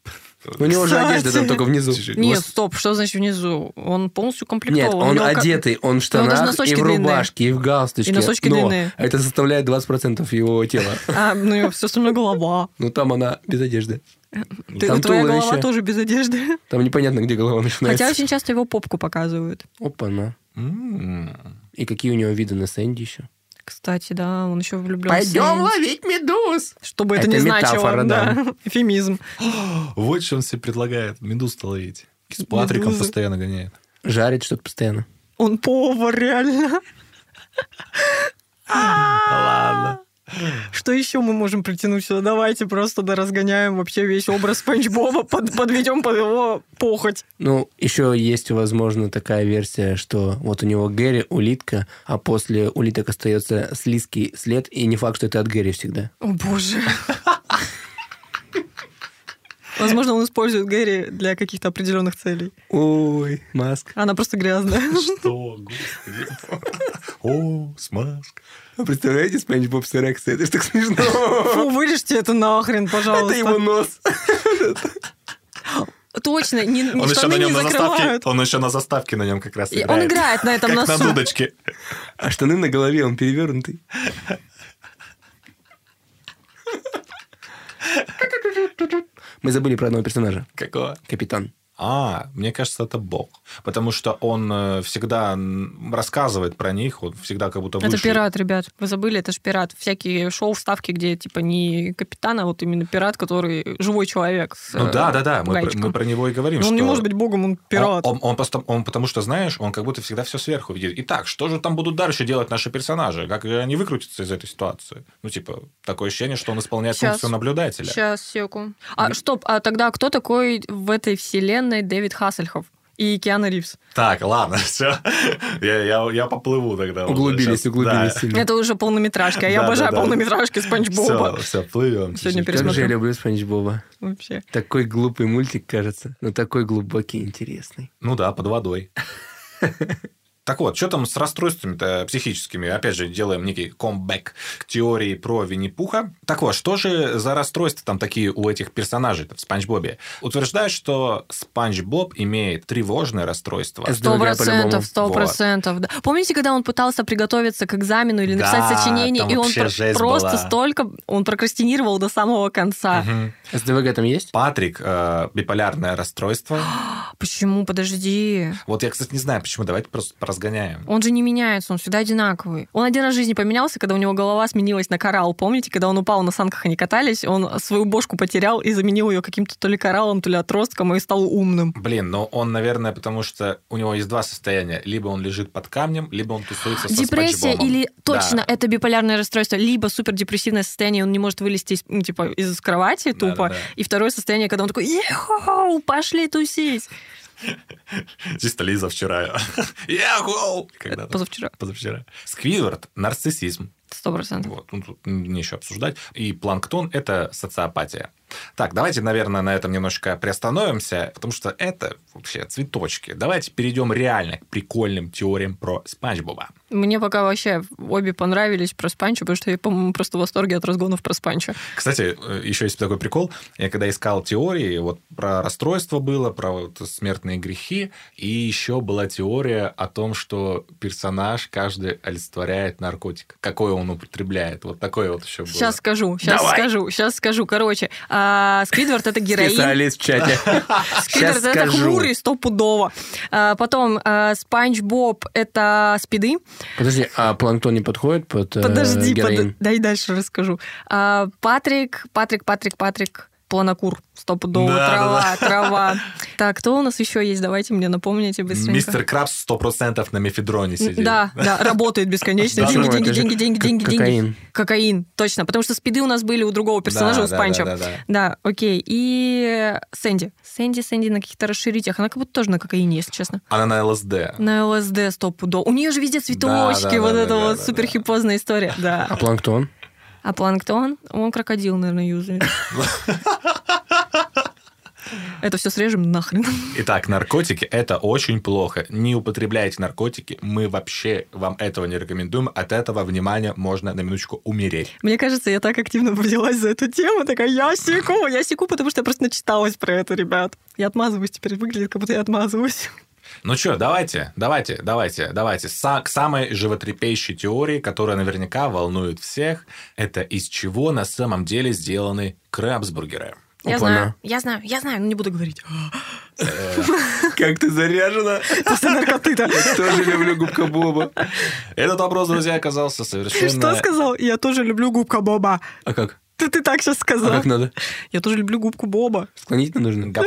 [SPEAKER 3] У него же
[SPEAKER 4] Кстати.
[SPEAKER 3] одежда там только внизу.
[SPEAKER 4] Нет,
[SPEAKER 3] Гос-
[SPEAKER 4] стоп, что значит внизу? Он полностью комплектован.
[SPEAKER 3] Нет,
[SPEAKER 4] у
[SPEAKER 3] он
[SPEAKER 4] него ка-
[SPEAKER 3] одетый, он в штанах,
[SPEAKER 4] носочки
[SPEAKER 3] и в
[SPEAKER 4] длинные.
[SPEAKER 3] рубашке, и в галстучке.
[SPEAKER 4] И носочки
[SPEAKER 3] но
[SPEAKER 4] длинные.
[SPEAKER 3] это составляет 20% его тела.
[SPEAKER 4] А, ну, и все остальное голова.
[SPEAKER 3] Но там она без одежды.
[SPEAKER 4] Э, Ты-
[SPEAKER 3] Там
[SPEAKER 4] твоя голова
[SPEAKER 3] туловище. Ну,
[SPEAKER 4] тоже без одежды.
[SPEAKER 3] Там непонятно, где голова
[SPEAKER 4] Хотя
[SPEAKER 3] начинается.
[SPEAKER 4] очень часто его попку показывают.
[SPEAKER 3] Опа-на.
[SPEAKER 5] М.
[SPEAKER 3] И какие у него виды на Сэнди еще?
[SPEAKER 4] Кстати, да, он еще влюблен. в
[SPEAKER 3] Пойдем
[SPEAKER 4] Сэнди.
[SPEAKER 3] ловить медуз!
[SPEAKER 4] Чтобы это,
[SPEAKER 3] Это
[SPEAKER 4] не значило,
[SPEAKER 3] метафора,
[SPEAKER 4] да.
[SPEAKER 3] да.
[SPEAKER 4] *laughs* Эфемизм.
[SPEAKER 5] Вот что он себе предлагает, медуз ловить. С Патриком
[SPEAKER 4] Медузы.
[SPEAKER 5] постоянно гоняет.
[SPEAKER 3] Жарит что-то постоянно.
[SPEAKER 4] Он повар, *laughs* реально.
[SPEAKER 5] Ладно.
[SPEAKER 4] Что еще мы можем притянуть сюда? Давайте просто да, разгоняем вообще весь образ Спанч Боба, под- подведем под его похоть.
[SPEAKER 3] Ну, еще есть, возможно, такая версия, что вот у него Гэри улитка, а после улиток остается слизкий след, и не факт, что это от Гэри всегда.
[SPEAKER 4] О, боже. Возможно, он использует Гэри для каких-то определенных целей.
[SPEAKER 3] Ой, Маск.
[SPEAKER 4] Она просто грязная.
[SPEAKER 5] Что, господи. О, смазка.
[SPEAKER 3] А представляете, Спанч Боб с эрекцией? Это ж так смешно.
[SPEAKER 4] Фу, вырежьте это нахрен, пожалуйста.
[SPEAKER 3] нос.
[SPEAKER 4] Точно, ни, ни
[SPEAKER 5] Он еще
[SPEAKER 4] штаны
[SPEAKER 5] на нем
[SPEAKER 4] не
[SPEAKER 5] на заставке.
[SPEAKER 4] закрывают.
[SPEAKER 5] Он еще на заставке на нем как раз
[SPEAKER 4] И
[SPEAKER 5] играет.
[SPEAKER 4] Он играет на этом
[SPEAKER 5] Как на
[SPEAKER 4] носу.
[SPEAKER 5] дудочке.
[SPEAKER 3] А штаны на голове, он перевернутый. Мы забыли про одного персонажа.
[SPEAKER 5] Какого?
[SPEAKER 3] Капитан.
[SPEAKER 5] А, мне кажется, это Бог. Потому что он э, всегда м, рассказывает про них, он всегда как будто выше.
[SPEAKER 4] Это пират, ребят. Вы забыли, это же пират. Всякие шоу, вставки, где типа не капитан, а вот именно пират, который живой человек. с,
[SPEAKER 5] Ну
[SPEAKER 4] э,
[SPEAKER 5] да, да, да, мы, про-
[SPEAKER 4] гаечком.
[SPEAKER 5] мы про него и говорим.
[SPEAKER 4] Но он не
[SPEAKER 5] что
[SPEAKER 4] может быть богом, он пират.
[SPEAKER 5] А Он, он- он просто, он потому что, знаешь, он как будто всегда все сверху видит. Итак, что же там будут дальше делать наши персонажи? Как же они выкрутятся из этой ситуации? Ну, типа, такое ощущение, что он исполняет
[SPEAKER 4] Щас.
[SPEAKER 5] функцию наблюдателя.
[SPEAKER 4] Сейчас, секу. А что, а тогда кто такой в этой вселенной Дэвид Хассельхов и Киану Ривз?
[SPEAKER 5] Так, ладно, *laughs* все. Я, я, я поплыву тогда. уже.
[SPEAKER 3] Углубились,
[SPEAKER 5] Щас-
[SPEAKER 3] углубились
[SPEAKER 5] да.
[SPEAKER 3] сильно.
[SPEAKER 4] Это уже полнометражка. Я
[SPEAKER 5] Да,
[SPEAKER 4] обожаю
[SPEAKER 5] да, да.
[SPEAKER 4] полнометражки Спанч
[SPEAKER 5] Все,
[SPEAKER 4] Боба.
[SPEAKER 5] все, плывем.
[SPEAKER 4] Сегодня
[SPEAKER 5] чуть-чуть.
[SPEAKER 3] Как же я
[SPEAKER 4] пересмотрю.
[SPEAKER 3] люблю Спанч Боба.
[SPEAKER 4] Вообще.
[SPEAKER 3] Такой глупый мультик, кажется, но такой глубокий и интересный.
[SPEAKER 5] Ну да, под водой. Так вот, что там с расстройствами-то психическими? Опять же, делаем некий комбэк к теории про Винни-Пуха. Так вот, что же за расстройства там такие у этих персонажей в Спанч Бобе? Утверждают, что Спанч Боб имеет тревожное расстройство.
[SPEAKER 3] Это
[SPEAKER 4] Сто
[SPEAKER 3] другая по-любому.
[SPEAKER 4] процентов, сто
[SPEAKER 5] Вот.
[SPEAKER 4] процентов. да. Помните, когда он пытался приготовиться к экзамену или написать
[SPEAKER 5] Да,
[SPEAKER 4] сочинение,
[SPEAKER 5] там
[SPEAKER 4] и он
[SPEAKER 5] вообще
[SPEAKER 4] про-
[SPEAKER 5] жесть
[SPEAKER 4] просто
[SPEAKER 5] была.
[SPEAKER 4] столько... Он прокрастинировал до самого конца.
[SPEAKER 5] Мгм.
[SPEAKER 3] СДВГ там есть?
[SPEAKER 5] Патрик, э, биполярное
[SPEAKER 4] *gasps*
[SPEAKER 5] расстройство.
[SPEAKER 4] Почему? Подожди.
[SPEAKER 5] Вот я, кстати, не знаю, почему. Давайте просто поразгоняем.
[SPEAKER 4] Он же не меняется, он всегда одинаковый. Он один раз в жизни поменялся, когда у него голова сменилась на коралл. Помните, когда он упал на санках, они катались, он свою бошку потерял и заменил ее каким-то то ли кораллом, то ли отростком и стал умным.
[SPEAKER 5] Блин, но он, наверное, потому что у него есть два состояния. Либо он лежит под камнем, либо он тусуется со
[SPEAKER 4] Депрессия
[SPEAKER 5] Спанч Бобом.
[SPEAKER 4] или
[SPEAKER 5] Да.
[SPEAKER 4] точно это биполярное расстройство, либо супердепрессивное состояние, он не может вылезти из, ну, типа, из кровати
[SPEAKER 5] Да, да,
[SPEAKER 4] тупо.
[SPEAKER 5] да.
[SPEAKER 4] И второе состояние, когда он такой, «Ехоу, пошли тусить.
[SPEAKER 5] Чисто Лиза вчера. *laughs* Я гол! Когда там?
[SPEAKER 4] Позавчера,
[SPEAKER 5] Позавчера. Сквиверт – нарциссизм.
[SPEAKER 4] сто процентов.
[SPEAKER 5] Вот, ну, тут нечего обсуждать. И планктон – это социопатия. Так, давайте, наверное, на этом немножко приостановимся, потому что это вообще цветочки. Давайте перейдем реально к прикольным теориям про Спанч Боба.
[SPEAKER 4] Мне пока вообще обе понравились про Спанчо, потому что я, по-моему, просто в восторге от разгонов про Спанчо.
[SPEAKER 5] Кстати, э, еще есть такой прикол. Я когда искал теории, вот про расстройство было, про вот смертные грехи, и еще была теория о том, что персонаж каждый олицетворяет наркотик. Какой он употребляет. Вот такое вот еще было.
[SPEAKER 4] Сейчас скажу, сейчас скажу, сейчас скажу. Короче, а, Сквидвард это героин,
[SPEAKER 3] Специалист
[SPEAKER 4] *laughs*
[SPEAKER 3] в чате.
[SPEAKER 4] Сквидвард
[SPEAKER 3] Сейчас
[SPEAKER 4] это
[SPEAKER 3] скажу.
[SPEAKER 4] хмурый стопудово. А, Потом а, Спанч Боб это спиды.
[SPEAKER 3] Подожди, а планктон не подходит под э,
[SPEAKER 4] Подожди,
[SPEAKER 3] героин?
[SPEAKER 4] под- дай дальше расскажу. А, Патрик, Патрик, Патрик, Патрик. Планокур, стопудово,
[SPEAKER 5] Да,
[SPEAKER 4] трава,
[SPEAKER 5] *laughs*
[SPEAKER 4] трава. Так, кто у нас еще есть? Давайте мне напомните быстренько.
[SPEAKER 5] Мистер Крабс 100% на мефедроне сидит. *laughs*
[SPEAKER 4] Да, да, работает бесконечно.
[SPEAKER 5] Да,
[SPEAKER 4] Деньги,
[SPEAKER 3] ну,
[SPEAKER 4] деньги,
[SPEAKER 3] это же
[SPEAKER 4] деньги, деньги,
[SPEAKER 3] к-
[SPEAKER 4] деньги, деньги.
[SPEAKER 3] кокаин.
[SPEAKER 4] Кокаин, точно. Потому что спиды у нас были у другого персонажа,
[SPEAKER 5] Да,
[SPEAKER 4] у
[SPEAKER 5] да,
[SPEAKER 4] Спанча.
[SPEAKER 5] да, да, да.
[SPEAKER 4] Да, окей. И Сэнди. Сэнди, Сэнди на каких-то расширителях. Она как будто тоже на кокаине, если честно.
[SPEAKER 5] Она на ЛСД.
[SPEAKER 4] На ЛСД стопудово. У нее же везде цветочки,
[SPEAKER 5] да,
[SPEAKER 4] вот
[SPEAKER 5] да,
[SPEAKER 4] эта
[SPEAKER 5] да,
[SPEAKER 4] вот
[SPEAKER 5] да,
[SPEAKER 4] суперхипозная история.
[SPEAKER 3] А
[SPEAKER 5] *laughs*
[SPEAKER 4] Да.
[SPEAKER 3] планктон?
[SPEAKER 4] А планктон? Он крокодил, наверное,
[SPEAKER 5] *laughs*
[SPEAKER 4] юзает. Это все срежем нахрен.
[SPEAKER 5] Итак, наркотики – это очень плохо. Не употребляйте наркотики. Мы вообще вам этого не рекомендуем. От этого, внимания можно на минуточку умереть.
[SPEAKER 4] Мне кажется, я так активно взялась за эту тему, такая, я секу, я секу, потому что я просто начиталась про это, ребят. Я отмазываюсь теперь, выглядит, как будто я отмазываюсь.
[SPEAKER 5] Ну что, давайте, давайте, давайте, давайте. Са- к самой животрепещущей теории, которая наверняка волнует всех, это из чего на самом деле сделаны крабсбургеры.
[SPEAKER 4] Я
[SPEAKER 3] Опа-на.
[SPEAKER 4] знаю, я знаю, я знаю, но не буду говорить. *gasps*
[SPEAKER 3] Как ты заряжена?
[SPEAKER 4] После наркоты-то.
[SPEAKER 3] Тоже люблю губка Боба.
[SPEAKER 5] Этот вопрос, друзья, оказался совершенно...
[SPEAKER 4] Что сказал? Я тоже люблю губка Боба.
[SPEAKER 3] А как?
[SPEAKER 4] Ты, ты так сейчас
[SPEAKER 3] А
[SPEAKER 4] сказал.
[SPEAKER 3] как надо?
[SPEAKER 4] Я тоже люблю губку Боба.
[SPEAKER 3] Склонить нужно?
[SPEAKER 5] Гап-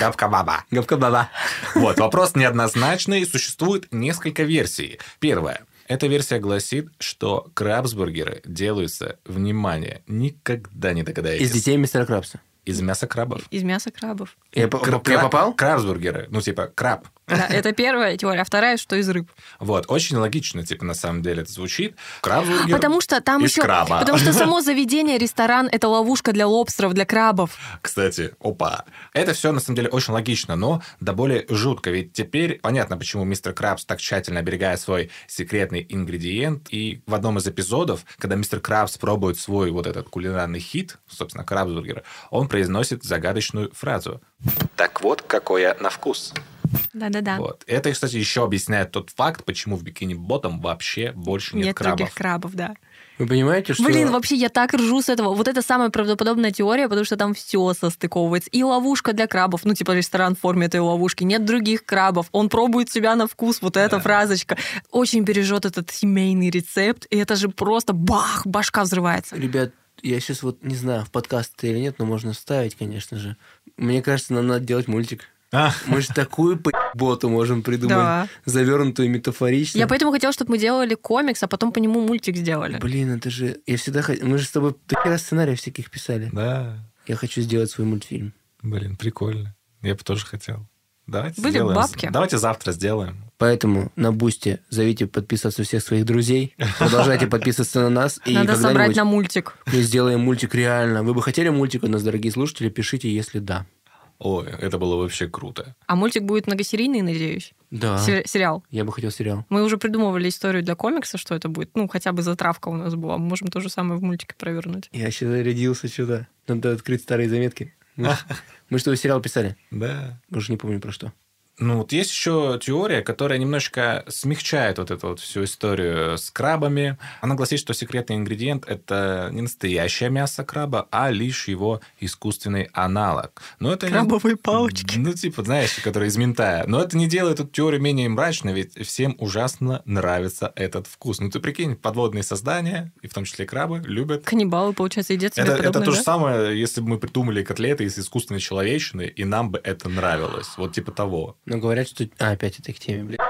[SPEAKER 5] Гапка-баба.
[SPEAKER 3] Губка Боба.
[SPEAKER 5] Вот, вопрос неоднозначный. Существует несколько версий. Первая. Эта версия гласит, что крабсбургеры делаются, внимание, никогда не догадаетесь,
[SPEAKER 3] Из детей мистера Крабса.
[SPEAKER 5] из мяса крабов.
[SPEAKER 4] Из мяса крабов.
[SPEAKER 3] Я по-
[SPEAKER 5] Кра-
[SPEAKER 3] я попал?
[SPEAKER 5] Крабсбургеры, ну типа краб.
[SPEAKER 4] Да, это первая теория. А вторая, что из рыб.
[SPEAKER 5] Вот, очень логично, типа, на самом деле это звучит. Крабсбургер
[SPEAKER 4] А Потому что там
[SPEAKER 5] из
[SPEAKER 4] еще...
[SPEAKER 5] краба.
[SPEAKER 4] Потому *laughs* что само заведение, ресторан, это ловушка для лобстеров, для крабов.
[SPEAKER 5] Кстати, опа. Это все, на самом деле, очень логично, но да более жутко. Ведь теперь понятно, почему мистер Крабс так тщательно оберегает свой секретный ингредиент. И в одном из эпизодов, когда мистер Крабс пробует свой вот этот кулинарный хит, собственно, крабсбургер, он произносит загадочную фразу. «Так вот, какое на вкус».
[SPEAKER 4] Да-да-да.
[SPEAKER 5] Вот. Это, кстати, еще объясняет тот факт, почему в бикини-ботом вообще больше нет,
[SPEAKER 4] Нет
[SPEAKER 5] крабов.
[SPEAKER 4] других крабов, да.
[SPEAKER 3] Вы понимаете, что...
[SPEAKER 4] Блин, вообще я так ржу с этого. Вот это самая правдоподобная теория, потому что там все состыковывается. И ловушка для крабов, ну типа ресторан в форме этой ловушки, нет других крабов, он пробует себя на вкус, вот эта фразочка. Очень бережет этот семейный рецепт, и это же просто бах, башка взрывается.
[SPEAKER 3] Ребят, я сейчас вот не знаю, в подкаст это или нет, но можно вставить, конечно же. Мне кажется, нам надо делать мультик.
[SPEAKER 5] А.
[SPEAKER 3] Мы же такую боту можем придумать,
[SPEAKER 4] Да.
[SPEAKER 3] завернутую метафорично.
[SPEAKER 4] Я поэтому хотела, чтобы мы делали комикс, а потом по нему мультик сделали.
[SPEAKER 3] Блин, это же... Я всегда хотел... Мы же с тобой такие раз сценарии всяких писали.
[SPEAKER 5] Да,
[SPEAKER 3] Я хочу сделать свой мультфильм.
[SPEAKER 5] блин, прикольно. Я бы тоже хотел. Давайте
[SPEAKER 4] Были
[SPEAKER 5] сделаем.
[SPEAKER 4] бабки.
[SPEAKER 5] Давайте завтра сделаем.
[SPEAKER 3] Поэтому на Бусте зовите подписаться всех
[SPEAKER 5] *laughs*
[SPEAKER 3] своих друзей, продолжайте подписываться на нас, и
[SPEAKER 4] Надо собрать
[SPEAKER 3] когда-нибудь
[SPEAKER 4] на мультик.
[SPEAKER 3] мы сделаем мультик реально. Вы бы хотели мультик у нас, дорогие слушатели? Пишите, если да.
[SPEAKER 5] Ой, это было вообще круто.
[SPEAKER 4] А мультик будет многосерийный, надеюсь.
[SPEAKER 3] Да.
[SPEAKER 4] Сер- сериал.
[SPEAKER 3] Я бы хотел сериал.
[SPEAKER 4] Мы уже придумывали историю для комикса, что это будет. Ну, хотя бы затравка у нас была. Мы можем то же самое в мультике провернуть.
[SPEAKER 3] Я сейчас зарядился сюда. Надо открыть старые заметки. *laughs* Мы, мы что, сериал писали?
[SPEAKER 5] Да.
[SPEAKER 3] Уже не помню про что.
[SPEAKER 5] Ну вот есть еще теория, которая немножко смягчает вот эту вот всю историю с крабами. Она гласит, что секретный ингредиент – это не настоящее мясо краба, а лишь его искусственный аналог. Но это не-
[SPEAKER 4] Крабовые палочки.
[SPEAKER 5] Ну, типа, знаешь, который из мента. Но это не делает эту теорию менее мрачной, ведь всем ужасно нравится этот вкус. Ну, ты прикинь, подводные создания, и в том числе крабы, любят
[SPEAKER 4] Каннибалы, получается, едят себе
[SPEAKER 5] это, это
[SPEAKER 4] подобное,
[SPEAKER 5] то
[SPEAKER 4] *laughs*
[SPEAKER 5] же
[SPEAKER 4] да?
[SPEAKER 5] самое, если бы мы придумали котлеты из искусственной человечины, и нам бы это нравилось. Вот типа того.
[SPEAKER 3] Но говорят, что... А, опять это к теме, блядь.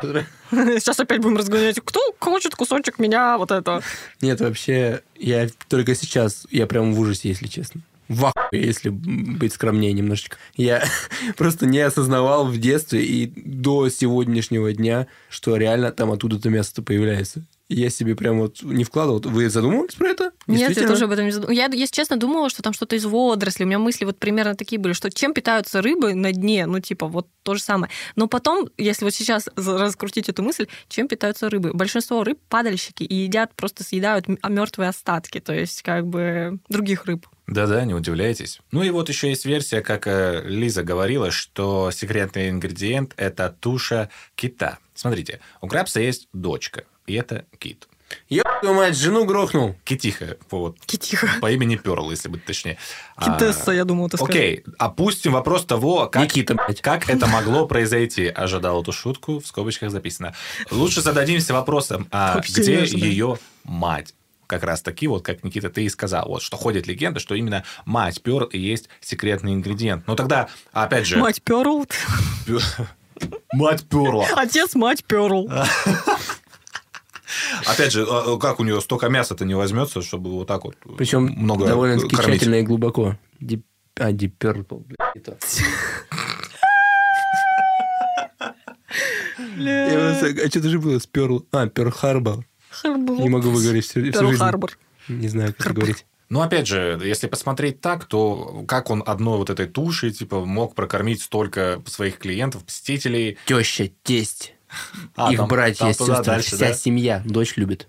[SPEAKER 4] Сейчас опять будем разгонять. Кто хочет кусочек меня, вот это.
[SPEAKER 3] Нет, вообще, я только сейчас, я прям в ужасе, если честно. В ахуе, если быть скромнее немножечко. Я *laughs* просто не осознавал в детстве и до сегодняшнего дня, что реально там оттуда-то мясо-то появляется. И Я себе прям вот не вкладывал. Вы задумывались про это?
[SPEAKER 4] Нет, я
[SPEAKER 3] Действительно?
[SPEAKER 4] тоже об этом не задумывалась. Я, если честно, думала, что там что-то из водорослей. У меня мысли вот примерно такие были, что чем питаются рыбы на дне, ну, типа, вот то же самое. Но потом, если вот сейчас за- раскрутить эту мысль, чем питаются рыбы? Большинство рыб падальщики и едят, просто съедают мертвые остатки, то есть как бы других рыб.
[SPEAKER 5] Да-да, не удивляйтесь. Ну и вот еще есть версия, как э, Лиза говорила, что секретный ингредиент – это туша кита. Смотрите, у крабса есть дочка, и это кит.
[SPEAKER 3] Ёб твою мать, жену грохнул.
[SPEAKER 5] Китиха, вот,
[SPEAKER 4] Китиха.
[SPEAKER 5] по имени Перл, если быть точнее. А,
[SPEAKER 4] Китесса, я думала, ты скажешь.
[SPEAKER 5] Окей, опустим вопрос того, как,
[SPEAKER 3] Никита, блядь.
[SPEAKER 5] как это могло произойти. Ожидал эту шутку, в скобочках записано. Лучше зададимся вопросом, а
[SPEAKER 4] Вообще не
[SPEAKER 5] где
[SPEAKER 4] ожидал.
[SPEAKER 5] ее мать? Как раз таки, вот как Никита ты и сказал, вот что ходит легенда, что именно мать Перл и есть секретный ингредиент. Но тогда, опять же...
[SPEAKER 4] Мать перл, *laughs*
[SPEAKER 5] Пё- Мать Перла.
[SPEAKER 4] отец мать перл.
[SPEAKER 5] Опять же, а, а как у нее столько мяса-то не возьмется, чтобы вот так вот
[SPEAKER 3] Причем
[SPEAKER 5] много
[SPEAKER 3] довольно-таки
[SPEAKER 5] кормить?
[SPEAKER 3] тщательно и глубоко. Deep- А, Deep Purple, блядь, не то. Я просто- А что-то же было с Pearl... А, Pearl Harbor. Не могу выговорить всю, всю
[SPEAKER 4] Перл
[SPEAKER 3] жизнь.
[SPEAKER 4] Харбор.
[SPEAKER 3] Не знаю, как это
[SPEAKER 4] Харбор.
[SPEAKER 3] говорить.
[SPEAKER 5] Ну, опять же, если посмотреть так, то как он одной вот этой тушей, типа, мог прокормить столько своих клиентов, посетителей?
[SPEAKER 3] Теща, тесть,
[SPEAKER 5] А,
[SPEAKER 3] их
[SPEAKER 5] там-
[SPEAKER 3] братья,
[SPEAKER 5] там туда
[SPEAKER 3] сестры,
[SPEAKER 5] дальше,
[SPEAKER 3] вся
[SPEAKER 5] да?
[SPEAKER 3] семья. Дочь любит.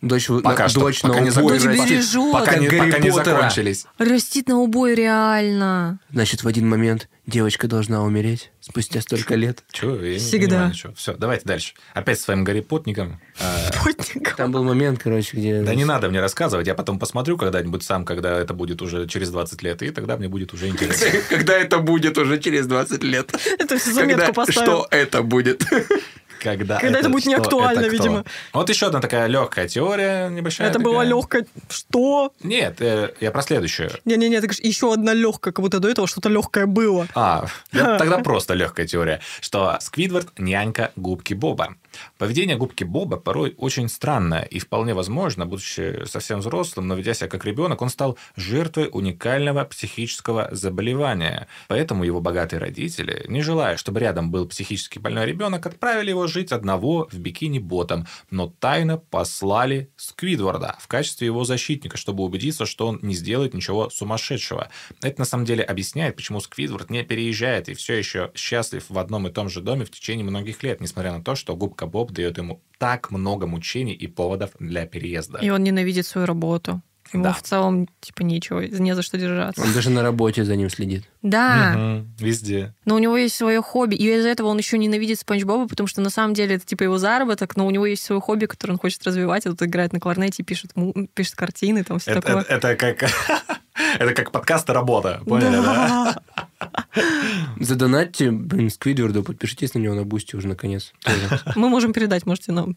[SPEAKER 3] Дочь, вы-
[SPEAKER 5] Пока что,
[SPEAKER 3] дочь
[SPEAKER 5] пока
[SPEAKER 4] ну,
[SPEAKER 3] на
[SPEAKER 5] не
[SPEAKER 3] убой
[SPEAKER 5] закончились.
[SPEAKER 3] растет.
[SPEAKER 4] Бережет.
[SPEAKER 5] Пока,
[SPEAKER 3] Как
[SPEAKER 5] не,
[SPEAKER 3] Гарри
[SPEAKER 5] пока не
[SPEAKER 3] Поттера.
[SPEAKER 5] закончились.
[SPEAKER 4] Растит на убой реально.
[SPEAKER 3] Значит, в один момент девочка должна умереть спустя столько лет.
[SPEAKER 5] Чего? Я
[SPEAKER 4] Всегда.
[SPEAKER 5] Все, давайте дальше. Опять с своим гарипотником.
[SPEAKER 4] Потников.
[SPEAKER 3] Там был момент, короче, где...
[SPEAKER 5] Да не надо мне рассказывать, я потом посмотрю когда-нибудь сам, когда это будет уже через 20 лет, и тогда мне будет уже интересно.
[SPEAKER 4] *laughs*
[SPEAKER 3] *laughs* Когда это будет уже через 20 лет?
[SPEAKER 4] Это все
[SPEAKER 3] Когда-
[SPEAKER 4] заметку поставил.
[SPEAKER 3] это будет? *laughs*
[SPEAKER 5] Когда,
[SPEAKER 4] Когда это будет
[SPEAKER 5] что,
[SPEAKER 4] неактуально,
[SPEAKER 5] это кто?
[SPEAKER 4] видимо.
[SPEAKER 5] Вот еще одна такая легкая теория небольшая.
[SPEAKER 4] Это была
[SPEAKER 5] такая.
[SPEAKER 4] легкая. Что?
[SPEAKER 5] Нет, э, я про следующую.
[SPEAKER 4] Не-не-не, ты говоришь, еще одна легкая, как будто до этого что-то легкое было.
[SPEAKER 5] А, да, тогда просто легкая теория, что Сквидвард – нянька губки Боба. Поведение губки Боба порой очень странное, и вполне возможно, будучи совсем взрослым, но ведя себя как ребенок, он стал жертвой уникального психического заболевания. Поэтому его богатые родители, не желая, чтобы рядом был психически больной ребенок, отправили его жить одного в бикини ботом, но тайно послали Сквидварда в качестве его защитника, чтобы убедиться, что он не сделает ничего сумасшедшего. Это на самом деле объясняет, почему Сквидвард не переезжает и все еще счастлив в одном и том же доме в течение многих лет, несмотря на то, что губка Боб дает ему так много мучений и поводов для переезда.
[SPEAKER 4] И он ненавидит свою работу. Ему
[SPEAKER 5] Да.
[SPEAKER 4] в целом, типа, нечего, не за что держаться.
[SPEAKER 3] Он даже на работе за ним следит.
[SPEAKER 4] Да,
[SPEAKER 8] Мгм, Везде.
[SPEAKER 4] но у него есть свое хобби, и из-за этого он еще ненавидит Спанч Боба, потому что на самом деле это, типа, его заработок, но у него есть свое хобби, которое он хочет развивать, и тут играет на кларнете, и пишет, му- пишет картины, там все
[SPEAKER 8] Это,
[SPEAKER 4] такое.
[SPEAKER 8] это- это
[SPEAKER 5] *laughs*
[SPEAKER 8] как... Это как подкаст и работа, поняли, да?
[SPEAKER 3] Задонатьте, блин, Сквидверду, подпишитесь на него на бусте уже, наконец. *laughs* Тоже.
[SPEAKER 4] Мы можем передать, можете нам.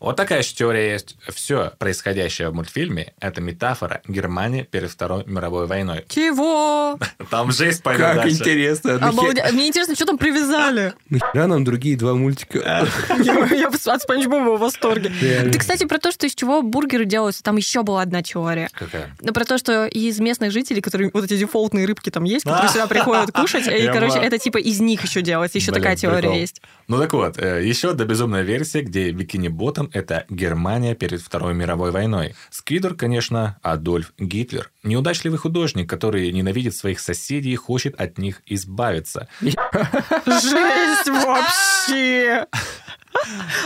[SPEAKER 5] Вот такая еще теория есть. Все происходящее в мультфильме – это метафора Германии перед Второй мировой войной.
[SPEAKER 4] Чего?
[SPEAKER 5] Там жесть пойдет
[SPEAKER 3] Как
[SPEAKER 5] дальше.
[SPEAKER 3] интересно.
[SPEAKER 4] Обалде- А Мне интересно, что там привязали?
[SPEAKER 3] Нахера нам другие два
[SPEAKER 5] А.
[SPEAKER 3] мультика?
[SPEAKER 4] Я я от Спанч Боба в восторге.
[SPEAKER 3] Реально.
[SPEAKER 4] Ты, кстати, про то, что из чего бургеры делаются, там еще была одна теория.
[SPEAKER 5] Какая?
[SPEAKER 4] Ну, Про то, что из местных жителей, которые вот эти дефолтные рыбки там есть, которые сюда приходят кушать, и,
[SPEAKER 8] Я
[SPEAKER 4] короче,
[SPEAKER 8] была.
[SPEAKER 4] это типа из них еще делается. Еще
[SPEAKER 5] Блин,
[SPEAKER 4] такая теория
[SPEAKER 5] прикол.
[SPEAKER 4] есть. *laughs*
[SPEAKER 5] Ну так вот, еще до безумная версия, где бикини-ботом – это Германия перед Второй мировой войной. Сквидор, конечно, Адольф Гитлер. Неудачливый художник, который ненавидит своих соседей и хочет от них избавиться.
[SPEAKER 4] Жесть вообще!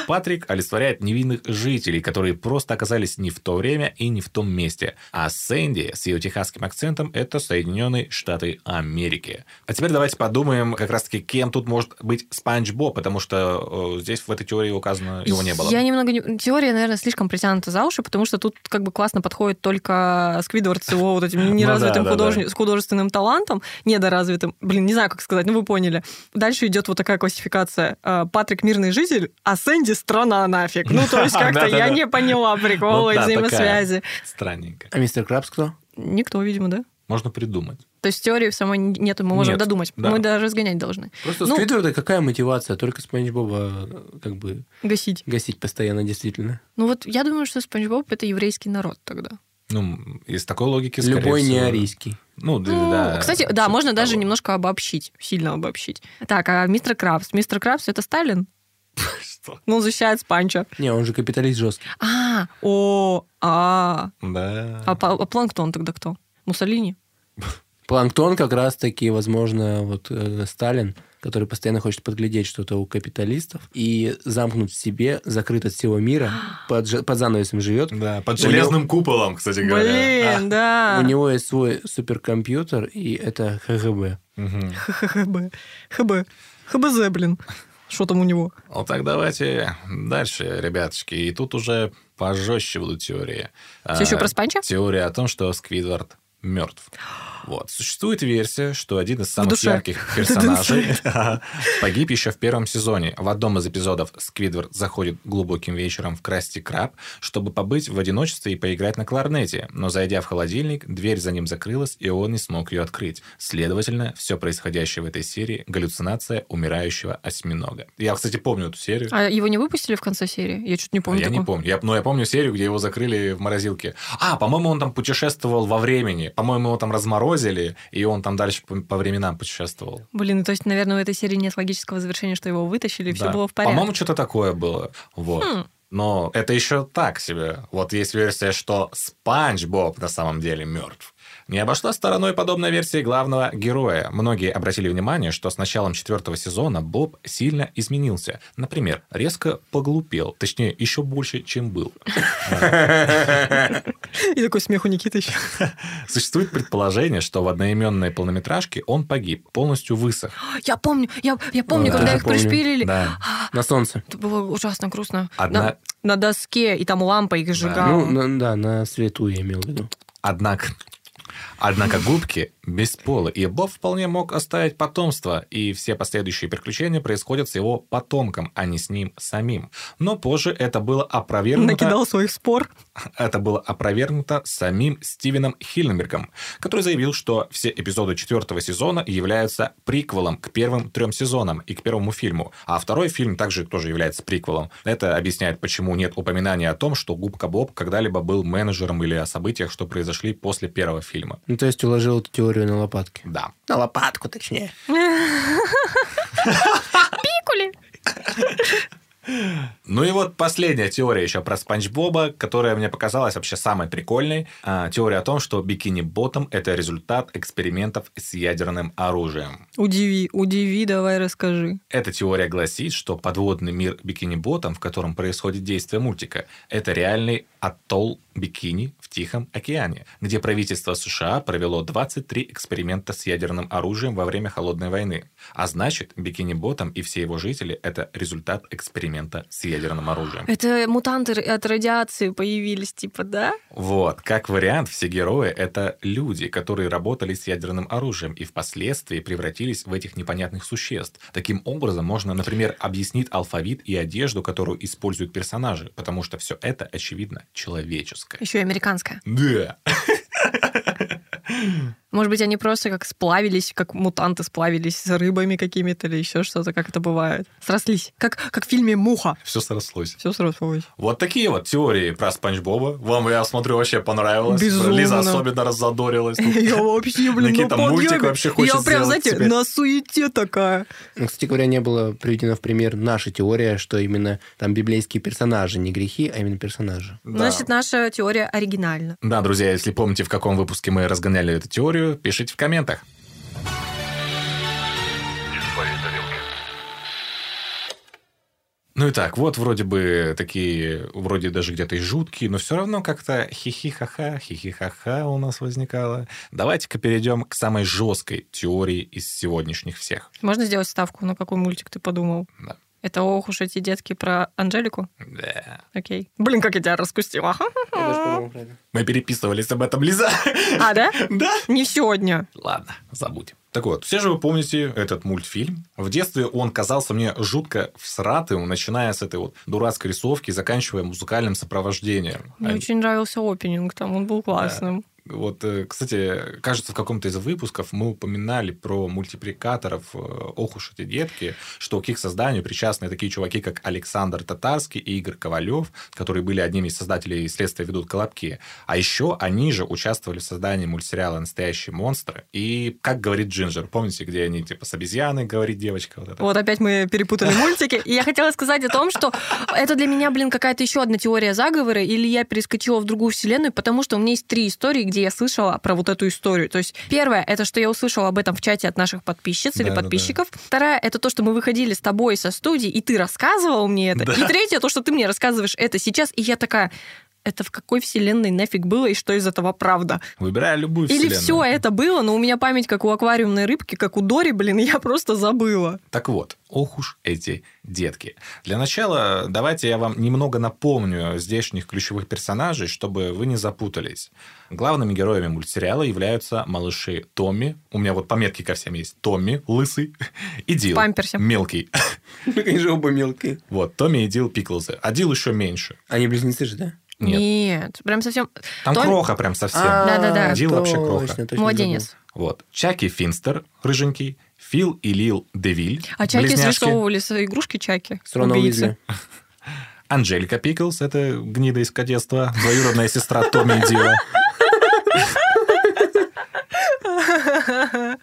[SPEAKER 5] Патрик олицетворяет невинных жителей, которые просто оказались не в то время и не в том месте. А Сэнди с ее техасским акцентом – это Соединенные Штаты Америки. А теперь давайте подумаем, как раз-таки, кем тут может быть Спанч Боб, потому что э, здесь в этой теории указано, его не было. Ну
[SPEAKER 4] Я немного... не- Теория, наверное, слишком притянута за уши, потому что тут как бы классно подходит только Сквидвард с его
[SPEAKER 5] *laughs*
[SPEAKER 4] вот этим
[SPEAKER 5] Ну
[SPEAKER 4] неразвитым
[SPEAKER 5] да, да,
[SPEAKER 4] художни- с художественным талантом, недоразвитым. Блин, не знаю, как сказать, ну вы поняли. Дальше идет вот такая классификация. э, Патрик мирный житель, а Сэнди страна нафиг. Ну,
[SPEAKER 5] *laughs*
[SPEAKER 4] то есть как-то
[SPEAKER 5] Да-да-да.
[SPEAKER 4] я не поняла прикола
[SPEAKER 5] Вот
[SPEAKER 4] и
[SPEAKER 5] да, такая.
[SPEAKER 4] взаимосвязи.
[SPEAKER 5] Странненько.
[SPEAKER 3] А мистер Крабс кто?
[SPEAKER 4] Никто, видимо, да?
[SPEAKER 5] Можно придумать.
[SPEAKER 4] То есть теории в самой нету, мы можем
[SPEAKER 5] Нет,
[SPEAKER 4] додумать.
[SPEAKER 5] да.
[SPEAKER 4] Мы даже разгонять должны.
[SPEAKER 3] Просто
[SPEAKER 4] Ну.
[SPEAKER 3] Сквидверда какая мотивация? Только Спанч Боба э, как бы
[SPEAKER 4] Гасить.
[SPEAKER 3] гасить постоянно, действительно.
[SPEAKER 4] Ну вот я думаю, что Спанч Боб это еврейский народ тогда.
[SPEAKER 5] Ну, м, из такой логики, скорее
[SPEAKER 3] Любой
[SPEAKER 5] всего.
[SPEAKER 3] неарийский.
[SPEAKER 5] Ну, да,
[SPEAKER 4] Ну,
[SPEAKER 5] да.
[SPEAKER 4] кстати, да,
[SPEAKER 5] Типа
[SPEAKER 4] можно даже
[SPEAKER 5] того.
[SPEAKER 4] немножко обобщить, сильно обобщить. Так, а мистер Крабс? Мистер Крабс это Сталин?
[SPEAKER 5] Что?
[SPEAKER 4] Ну, он защищает Спанча.
[SPEAKER 3] Не, он же капиталист жесткий.
[SPEAKER 4] А, о, а.
[SPEAKER 8] Да.
[SPEAKER 4] А, па- а Планктон тогда кто? Муссолини?
[SPEAKER 3] Планктон как раз-таки, возможно, вот э, Сталин, который постоянно хочет подглядеть что-то у капиталистов и замкнуть в себе, закрыт от всего *gasps* мира, под, жа- под занавесом живет.
[SPEAKER 8] Да, под
[SPEAKER 3] У него-
[SPEAKER 8] железным куполом, кстати говоря.
[SPEAKER 5] А,
[SPEAKER 4] Блин, да.
[SPEAKER 3] У него есть свой суперкомпьютер, и это *gasps* ХГБ.
[SPEAKER 8] Мгм.
[SPEAKER 4] ХХБ. ХБ. ХБЗ, блин. Что там у него?
[SPEAKER 5] Ну так давайте дальше, ребяточки. И тут уже пожестче будут теории.
[SPEAKER 4] Всё ещё
[SPEAKER 5] А,
[SPEAKER 4] про Спанча?
[SPEAKER 5] Теория о том, что Сквидвард мертв. Вот. Существует версия, что один из самых
[SPEAKER 4] душе. *laughs*
[SPEAKER 5] ярких персонажей погиб еще в первом сезоне. В одном из эпизодов Сквидвард заходит глубоким вечером в Красти Краб, чтобы побыть в одиночестве и поиграть на кларнете. Но зайдя в холодильник, дверь за ним закрылась, и он не смог ее открыть. Следовательно, все происходящее в этой серии – галлюцинация умирающего осьминога. Я, кстати, помню эту серию.
[SPEAKER 4] А его не выпустили в конце серии? Я чуть не
[SPEAKER 5] А
[SPEAKER 4] помню
[SPEAKER 5] я
[SPEAKER 4] такого.
[SPEAKER 5] не помню. Я, но я помню серию, где его закрыли в морозилке. А, по-моему, он там путешествовал во времени. По-моему, его там разморозили, и он там дальше по, по временам путешествовал.
[SPEAKER 4] Блин, ну, то есть, наверное, у этой серии нет логического завершения, что его вытащили, и все
[SPEAKER 5] Да.
[SPEAKER 4] было в порядке.
[SPEAKER 5] По-моему, что-то такое было. Вот.
[SPEAKER 4] Хм.
[SPEAKER 5] Но это еще так себе. Вот есть версия, что Спанч Боб на самом деле мертв. Не обошла стороной подобной версии главного героя. Многие обратили внимание, что с началом четвертого сезона Боб сильно изменился. Например, резко поглупел. Точнее, еще больше, чем был. *laughs*
[SPEAKER 4] И такой смех у Никиты еще.
[SPEAKER 5] Существует предположение, что в одноименной полнометражке он погиб, полностью высох.
[SPEAKER 4] *gasps* Я помню, я, я помню,
[SPEAKER 3] да,
[SPEAKER 4] когда
[SPEAKER 3] я
[SPEAKER 4] их
[SPEAKER 3] помню,
[SPEAKER 4] пришпилили. А,
[SPEAKER 5] да.
[SPEAKER 3] На солнце.
[SPEAKER 4] Это было ужасно грустно.
[SPEAKER 5] Одна-
[SPEAKER 4] На, на доске, и там лампа их сжигала.
[SPEAKER 3] Ну, на- да, на свету я имел в виду.
[SPEAKER 5] Однако... Однако губки без пола, и Боб вполне мог оставить потомство, и все последующие приключения происходят с его потомком, а не с ним самим. Но позже это было опровергнуто...
[SPEAKER 4] Накидал своих спор.
[SPEAKER 5] Это было опровергнуто самим Стивеном Хильнбергом, который заявил, что все эпизоды четвертого сезона являются приквелом к первым трем сезонам и к первому фильму, а второй фильм также тоже является приквелом. Это объясняет, почему нет упоминания о том, что Губка Боб когда-либо был менеджером или о событиях, что произошли после первого фильма.
[SPEAKER 3] Ну, то есть уложил эту теорию на лопатки.
[SPEAKER 5] Да.
[SPEAKER 3] На лопатку, точнее.
[SPEAKER 4] Пикули.
[SPEAKER 5] Ну Ну и вот последняя теория еще про Спанч Боба, которая мне показалась вообще самой прикольной. А, теория о том, что Бикини Ботом – это результат экспериментов с ядерным оружием.
[SPEAKER 4] Удиви, удиви, давай расскажи.
[SPEAKER 5] Эта теория гласит, что подводный мир бикини-ботом, в котором происходит действие мультика, это реальный атолл бикини в Тихом океане, где правительство США провело 23 эксперимента с ядерным оружием во время Холодной войны. А значит, бикини-ботом и все его жители – это результат эксперимента с ядерным оружием.
[SPEAKER 4] Это мутанты от радиации появились, типа, да?
[SPEAKER 5] Вот, как вариант, все герои — это люди, которые работали с ядерным оружием и впоследствии превратились в этих непонятных существ. Таким образом, можно, например, объяснить алфавит и одежду, которую используют персонажи, потому что все это, очевидно, человеческое.
[SPEAKER 4] Еще и американская.
[SPEAKER 5] Да. *laughs*
[SPEAKER 4] Может быть, они просто как сплавились, как мутанты сплавились с рыбами какими-то или еще что-то, как это бывает. Срослись. Как, как в фильме «Муха».
[SPEAKER 5] Все срослось. *laughs*
[SPEAKER 4] Все срослось.
[SPEAKER 5] Вот такие вот теории про Спанч Боба. Вам, я смотрю, вообще понравилось.
[SPEAKER 4] Безумно.
[SPEAKER 5] Лиза особенно раззадорилась.
[SPEAKER 4] Я вообще, блин,
[SPEAKER 5] Ну, Никита,
[SPEAKER 4] ну,
[SPEAKER 5] мультик
[SPEAKER 4] подъеме.
[SPEAKER 5] вообще хочет
[SPEAKER 4] Я прям,
[SPEAKER 5] сделать
[SPEAKER 4] знаете,
[SPEAKER 5] теперь.
[SPEAKER 4] на суете такая.
[SPEAKER 3] Ну, Кстати говоря, не было приведена в пример наша теория, что именно там библейские персонажи, не грехи, а именно персонажи.
[SPEAKER 5] Да.
[SPEAKER 4] Значит, наша теория оригинальна.
[SPEAKER 5] Да, друзья, если помните, в каком выпуске мы разгоняли эту теорию, пишите в комментах. Ну и так, вот вроде бы такие, вроде даже где-то и жуткие, но все равно как-то хихи-ха-ха, хихи-ха-ха у нас возникало. Давайте-ка перейдем к самой жесткой теории из сегодняшних всех.
[SPEAKER 4] Можно сделать ставку, на какой мультик ты подумал?
[SPEAKER 5] Да.
[SPEAKER 4] Это ох уж эти детки про Анжелику?
[SPEAKER 5] Да.
[SPEAKER 4] Окей. Блин, как я тебя раскустила.
[SPEAKER 5] Мы переписывались об этом, Лиза. *laughs*
[SPEAKER 4] А, да?
[SPEAKER 5] Да?
[SPEAKER 4] Не сегодня.
[SPEAKER 5] Ладно, забудем. Так вот, все же вы помните этот мультфильм. В детстве он казался мне жутко всратым, начиная с этой вот дурацкой рисовки, заканчивая музыкальным сопровождением.
[SPEAKER 4] Мне
[SPEAKER 5] А,
[SPEAKER 4] очень нравился опенинг, там он был классным.
[SPEAKER 5] Вот, э, кстати, кажется, в каком-то из выпусков мы упоминали про мультипликаторов э, «Ох уж эти детки», что к их созданию причастны такие чуваки, как Александр Татарский и Игорь Ковалев, которые были одними из создателей «Следствия ведут колобки». А еще они же участвовали в создании мультсериала «Настоящие монстры». И «Как говорит Джинджер», помните, где они типа с обезьяной говорит девочка? Вот это?
[SPEAKER 4] Вот опять мы
[SPEAKER 5] *laughs*
[SPEAKER 4] перепутали мультики. И я хотела сказать о том, что это для меня, блин, какая-то еще одна теория заговора, или я перескочила в другую вселенную, потому что у меня есть три истории, где я слышала про вот эту историю. То есть первое, это что я услышала об этом в чате от наших подписчиц или
[SPEAKER 5] Да, да,
[SPEAKER 4] подписчиков. Вторая, это то, что мы выходили с тобой со студии, и ты рассказывал мне это. И третье, то, что ты мне рассказываешь это сейчас, и я такая... Это в какой вселенной нафиг было и что из этого правда?
[SPEAKER 5] Выбирая любую
[SPEAKER 4] Или
[SPEAKER 5] вселенную.
[SPEAKER 4] все это было, но у меня память как у аквариумной рыбки, как у Дори, блин, и я просто забыла.
[SPEAKER 5] Так вот, ох уж эти детки. Для начала давайте я вам немного напомню здешних ключевых персонажей, чтобы вы не запутались. Главными героями мультсериала являются малыши Томми, у меня вот пометки ко всем есть, Томми, лысый, и Дил,
[SPEAKER 4] памперсе.
[SPEAKER 5] мелкий.
[SPEAKER 3] *laughs*
[SPEAKER 5] *laughs*
[SPEAKER 3] Они же оба мелкие.
[SPEAKER 5] Вот, Томми и Дил Пиклзы, а Дил еще меньше.
[SPEAKER 3] Они близнецы же, да?
[SPEAKER 5] Нет.
[SPEAKER 4] прям совсем...
[SPEAKER 5] Там
[SPEAKER 4] Томми- А.
[SPEAKER 5] кроха прям совсем.
[SPEAKER 4] Да-да-да.
[SPEAKER 5] Дил вообще
[SPEAKER 3] А, точно,
[SPEAKER 5] кроха.
[SPEAKER 3] точно, забыл.
[SPEAKER 4] Младенец.
[SPEAKER 5] Вот. Чаки Финстер, рыженький, Фил и Лил Девиль,
[SPEAKER 4] А Чаки
[SPEAKER 5] близняшки.
[SPEAKER 4] срисовывали свои игрушки Чаки.
[SPEAKER 3] С Роном
[SPEAKER 4] убийцы.
[SPEAKER 3] Уизли.
[SPEAKER 5] Анжелика Пиклс, это гнида из кадетства, двоюродная сестра Томми и Дила.
[SPEAKER 4] *laughs*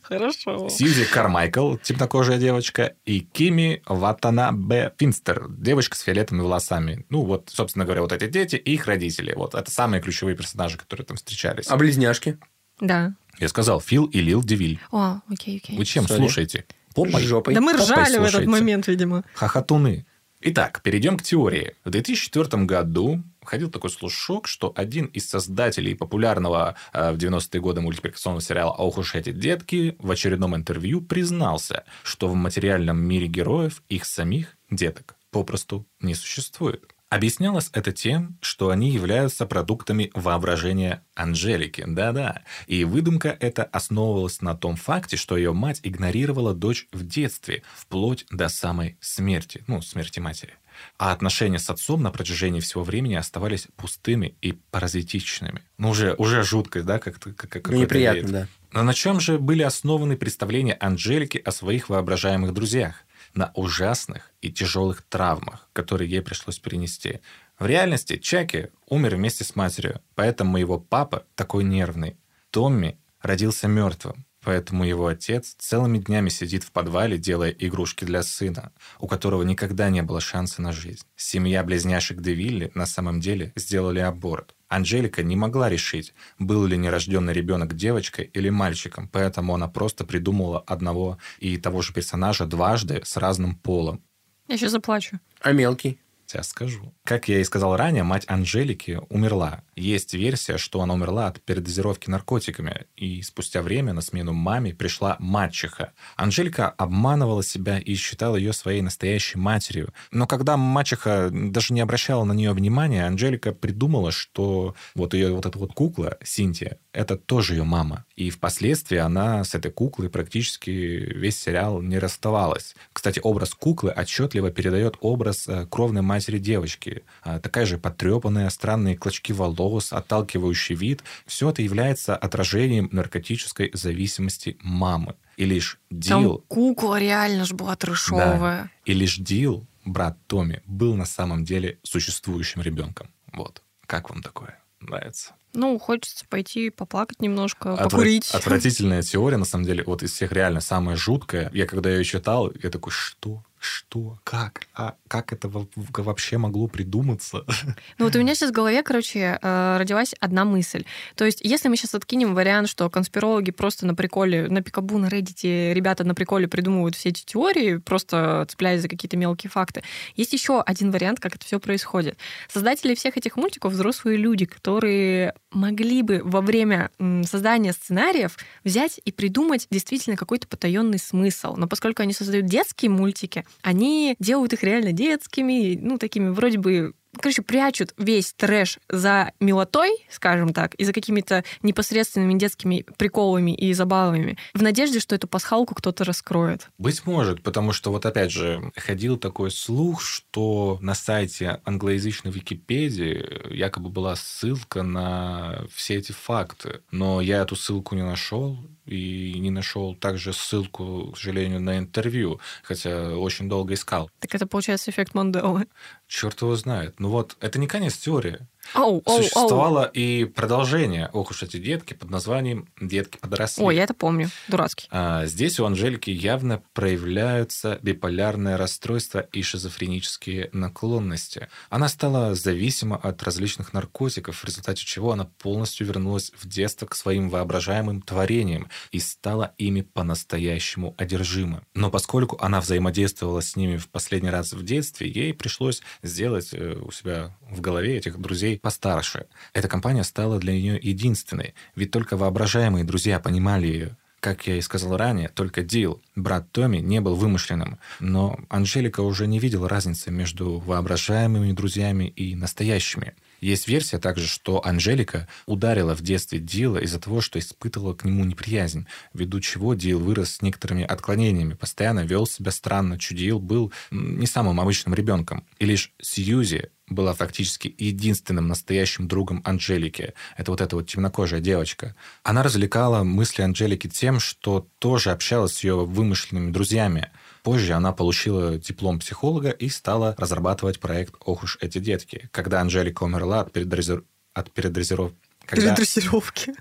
[SPEAKER 4] Хорошо.
[SPEAKER 5] Сьюзи Кармайкл, темнокожая девочка, и Кими Ватанабе Финстер, девочка с фиолетовыми волосами. Ну, вот, собственно говоря, вот эти дети и их родители. Вот, это самые ключевые персонажи, которые там встречались.
[SPEAKER 3] А близняшки?
[SPEAKER 4] Да.
[SPEAKER 5] Я сказал, Фил и Лил Девиль.
[SPEAKER 4] О, окей,
[SPEAKER 5] Вы
[SPEAKER 4] окей.
[SPEAKER 5] чем
[SPEAKER 3] Sorry.
[SPEAKER 5] слушаете? Попой?
[SPEAKER 3] Жопой.
[SPEAKER 4] Да мы
[SPEAKER 5] Попой
[SPEAKER 4] ржали в этот
[SPEAKER 5] слушайте.
[SPEAKER 4] момент, видимо.
[SPEAKER 5] Хохотуны. Итак, перейдем к теории. В 2004 году ходил такой слушок, что один из создателей популярного э, в 90-е годы мультипликационного сериала «Ох уж эти детки» в очередном интервью признался, что в материальном мире героев их самих, деток, попросту не существует. Объяснялось это тем, что они являются продуктами воображения Анжелики, да-да. И выдумка эта основывалась на том факте, что ее мать игнорировала дочь в детстве, вплоть до самой смерти, ну, смерти матери. А отношения с отцом на протяжении всего времени оставались пустыми и паразитичными. Ну, уже, уже жутко, да, как-то... Как, как-
[SPEAKER 3] Ну,
[SPEAKER 5] какой-то
[SPEAKER 3] неприятно,
[SPEAKER 5] веет.
[SPEAKER 3] да.
[SPEAKER 5] Но на чем же были основаны представления Анжелики о своих воображаемых друзьях? На ужасных и тяжелых травмах, которые ей пришлось перенести. В реальности Чаки умер вместе с матерью, поэтому его папа такой нервный. Томми родился мертвым, Поэтому его отец целыми днями сидит в подвале, делая игрушки для сына, у которого никогда не было шанса на жизнь. Семья близняшек Девилли на самом деле сделали аборт. Анжелика не могла решить, был ли нерожденный ребенок девочкой или мальчиком, поэтому она просто придумала одного и того же персонажа дважды с разным полом.
[SPEAKER 4] Я еще заплачу.
[SPEAKER 3] А мелкий?
[SPEAKER 5] Сейчас скажу. Как я и сказал ранее, мать Анжелики умерла. Есть версия, что она умерла от передозировки наркотиками, и спустя время на смену маме пришла мачеха. Анжелика обманывала себя и считала ее своей настоящей матерью. Но когда мачеха даже не обращала на нее внимания, Анжелика придумала, что вот ее вот эта вот кукла, Синтия, это тоже ее мама. И впоследствии она с этой куклой практически весь сериал не расставалась. Кстати, образ куклы отчетливо передает образ э, кровной матери девочки. А, Такая же потрепанная, странные клочки волос, отталкивающий вид. Все это является отражением наркотической зависимости мамы. И лишь Дил...
[SPEAKER 4] Там кукла реально ж была трешовая.
[SPEAKER 5] И лишь Дил, брат Томми, был на самом деле существующим ребенком. Вот. Как вам такое? Нравится?
[SPEAKER 4] Ну, хочется пойти поплакать немножко,
[SPEAKER 5] Отвра-
[SPEAKER 4] покурить. *laughs*
[SPEAKER 5] Отвратительная теория, на самом деле, вот из всех реально самая жуткая. Я когда ее читал, я такой, что? Что? Как? А как это во- в- вообще могло придуматься? *laughs*
[SPEAKER 4] Ну вот у меня сейчас в голове, короче, э, родилась одна мысль. То есть, если мы сейчас откинем вариант, что конспирологи просто на приколе, на пикабу, на Reddit ребята на приколе придумывают все эти теории, просто цепляясь за какие-то мелкие факты. Есть еще один вариант, как это все происходит. Создатели всех этих мультиков взрослые люди, которые могли бы во время м, создания сценариев взять и придумать действительно какой-то потаенный смысл. Но поскольку они создают детские мультики, они делают их реально детскими, ну, такими вроде бы короче, прячут весь трэш за милотой, скажем так, и за какими-то непосредственными детскими приколами и забавами, в надежде, что эту пасхалку кто-то раскроет.
[SPEAKER 5] Быть может, потому что вот опять же ходил такой слух, что на сайте англоязычной Википедии э, якобы была ссылка на все эти факты, но я эту ссылку не нашел и не нашел также ссылку, к сожалению, на интервью, хотя очень долго искал.
[SPEAKER 4] Так это получается эффект Манделы.
[SPEAKER 5] Черт его знает. Ну вот, это не конец теории.
[SPEAKER 4] Оу, оу, оу.
[SPEAKER 5] Существовало и продолжение. Ох уж эти детки под названием «Детки подросли».
[SPEAKER 4] Ой, я это помню. Дурацкий.
[SPEAKER 5] А, Здесь у Анжелики явно проявляются биполярное расстройство и шизофренические наклонности. Она стала зависима от различных наркотиков, в результате чего она полностью вернулась в детство к своим воображаемым творениям и стала ими по-настоящему одержима. Но поскольку она взаимодействовала с ними в последний раз в детстве, ей пришлось сделать э, у себя в голове этих друзей постарше. Эта компания стала для нее единственной, ведь только воображаемые друзья понимали ее. Как я и сказал ранее, только Дил, брат Томми, не был вымышленным. Но Анжелика уже не видела разницы между воображаемыми друзьями и настоящими. Есть версия также, что Анжелика ударила в детстве Дила из-за того, что испытывала к нему неприязнь, ввиду чего Дил вырос с некоторыми отклонениями, постоянно вел себя странно, чудил, был м, не самым обычным ребенком. И лишь Сьюзи была фактически единственным настоящим другом Анжелики. Это вот эта вот темнокожая девочка. Она развлекала мысли Анжелики тем, что тоже общалась с ее вымышленными друзьями. Позже она получила диплом психолога и стала разрабатывать проект «Ох уж эти детки». Когда Анжелика умерла от передозировки... От передозиров- когда,
[SPEAKER 4] Передрессировки.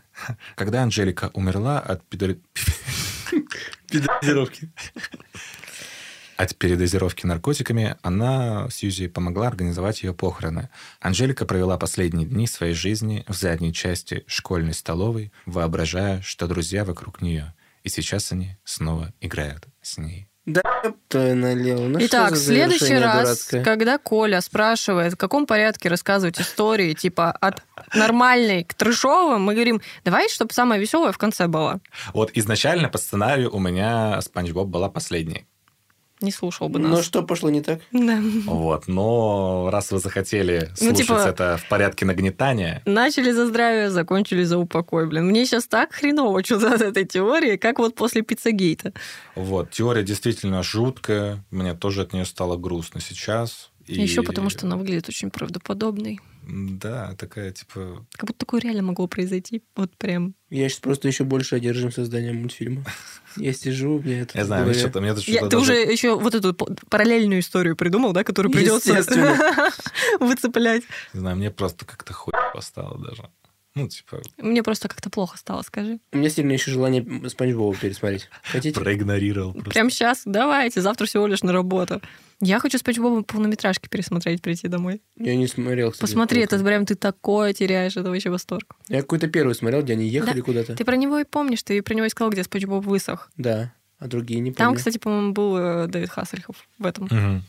[SPEAKER 5] когда Анжелика умерла от передозировки...
[SPEAKER 3] Педалировки.
[SPEAKER 5] От передозировки наркотиками она Сьюзи помогла организовать ее похороны. Анжелика провела последние дни своей жизни в задней части школьной столовой, воображая, что друзья вокруг нее. И сейчас они снова играют с ней.
[SPEAKER 3] Да, то налево. Ну, что
[SPEAKER 4] Итак, в
[SPEAKER 3] за
[SPEAKER 4] следующий
[SPEAKER 3] завершение
[SPEAKER 4] раз,
[SPEAKER 3] дурацкое?
[SPEAKER 4] когда Коля спрашивает, в каком порядке рассказывать истории, типа от нормальной к трешовым, мы говорим, давай, чтобы самое веселое в конце было.
[SPEAKER 5] Вот изначально по сценарию у меня Спанч Боб была последней.
[SPEAKER 4] Не слушал бы
[SPEAKER 3] Но
[SPEAKER 4] нас.
[SPEAKER 3] Ну что пошло не так?
[SPEAKER 4] Да.
[SPEAKER 5] Вот, но раз вы захотели слушать
[SPEAKER 4] Ну, типа-
[SPEAKER 5] это в порядке нагнетания,
[SPEAKER 4] Начали за здравие, закончили за упокой. Блин, мне сейчас так хреново что-то от этой теории, как вот после пиццагейта.
[SPEAKER 5] вот, теория действительно жуткая, мне тоже от нее стало грустно сейчас. И...
[SPEAKER 4] Еще потому, что она выглядит очень правдоподобной.
[SPEAKER 5] Да, такая, типа,
[SPEAKER 4] Как будто такое реально могло произойти. Вот прям.
[SPEAKER 3] Я сейчас просто еще больше одержим созданием *laughs* мультфильма. Я сижу, бля, это
[SPEAKER 5] Я
[SPEAKER 3] в
[SPEAKER 5] знаю, мне
[SPEAKER 3] голове.
[SPEAKER 5] что-то, мне
[SPEAKER 4] Я-
[SPEAKER 5] что-то
[SPEAKER 4] ты
[SPEAKER 5] даже-
[SPEAKER 4] уже еще вот эту п- параллельную историю придумал, да, которую придется
[SPEAKER 3] Естественно.
[SPEAKER 4] *laughs* выцеплять.
[SPEAKER 5] Не знаю, мне просто как-то хуй постало даже. Ну, типа,
[SPEAKER 4] Мне просто как-то плохо стало, скажи.
[SPEAKER 3] У меня сильно еще желание Спанч Боба пересмотреть. Хотите?
[SPEAKER 5] проигнорировал просто.
[SPEAKER 4] Прям сейчас, давайте, завтра всего лишь на работу. Я хочу Спанч Боба полнометражки пересмотреть, прийти домой.
[SPEAKER 3] Я не смотрел, кстати.
[SPEAKER 4] Посмотри,
[SPEAKER 3] толком.
[SPEAKER 4] это прям ты такое теряешь, это вообще восторг.
[SPEAKER 3] Я какой-то первый смотрел, где они ехали
[SPEAKER 4] Да.
[SPEAKER 3] куда-то.
[SPEAKER 4] Ты про него и помнишь, ты про него и сказал, где Спанч Боб высох.
[SPEAKER 3] Да. А другие не
[SPEAKER 4] Там,
[SPEAKER 3] помню.
[SPEAKER 4] кстати, по-моему, был э, Дэвид Хассельхов в этом.
[SPEAKER 5] Мгм.